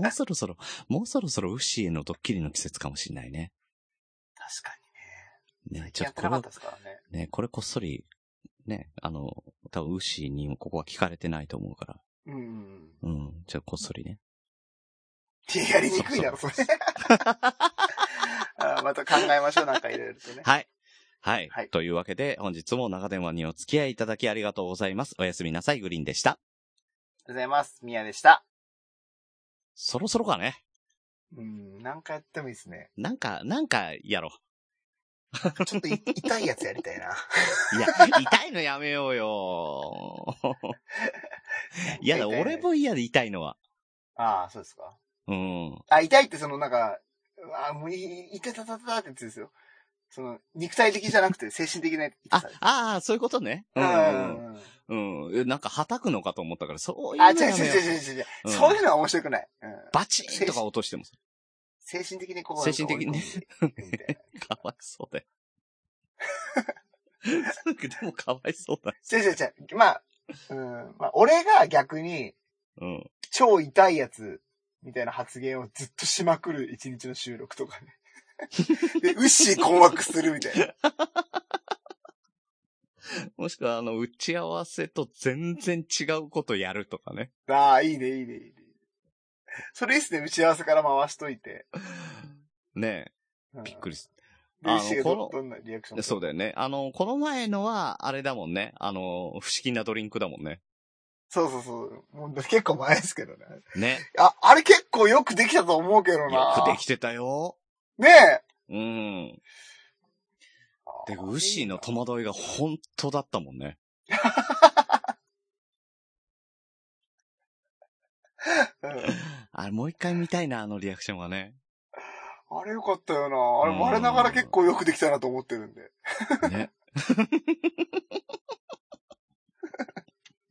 もうそろそろ、もうそろそろウッシーへのドッキリの季節かもしれないね。確かにねね。、ちょやっっとてこなれかっはたですからね。ね、これこっそり、ね、あの、多分ウッシーにもここは聞かれてないと思うから。うんうんうん。うん、じゃあこっそりね。いや、やりにくいだろ、それ。 あまた考えましょう、なんかいろいろとね。はい。はい。はいというわけで、本日も長電話にお付き合いいただきありがとうございます。おやすみなさい、グリーンでした。ございます。ミヤでした。そろそろかね。うん、なんかやってもいいですね。なんか、なんか、やろちょっとい 痛いやつやりたいな。う。 いや、痛いのやめようよ。 いやだ、痛いね俺も嫌で痛いのは。ああ、そうですか。うん。あ、痛いってそのなんか、あもうい、痛たたたたってやつですよ。その、肉体的じゃなくて精神的な痛あさ。、ああ、そういうことね。う。うんん。うん。えなんか、叩くのかと思ったから、そういうのあ、や違うめよ違う。う違う違う違う。うんそういうのは面白くない。うん。バチーンとか落と しても。精神的にこう。精神的にねなんか追い込んでいくみたいな。かわいそうだよ。でも、かわいそうだ。違う違う違う。まあ、うん。まあ、俺が逆に、うん。超痛いやつ、みたいな発言をずっとしまくる一日の収録と かね。で、うっしー困惑するみたいな。もしくは、あの、打ち合わせと全然違うことやるとかね。ああ、いいね、いいね、いいね。それいいっすね、打ち合わせから回しといて。ねうんえ、びっくりすルーシーがあのどこどんなリアクションそうだよね。あの、この前のは、あれだもんね。あの、不思議なドリンクだもんね。そうそうそう。もう結構前ですけどね。ね。あ、あれ結構よくできたと思うけどな。よくできてたよ。ねえ。うん。で、ウッシーの戸惑いが本当だったもんね。うんあれ、もう一回見たいな、あのリアクションがね。あれよかったよな。あれ、我ながら結構よくできたなと思ってるんで。ね。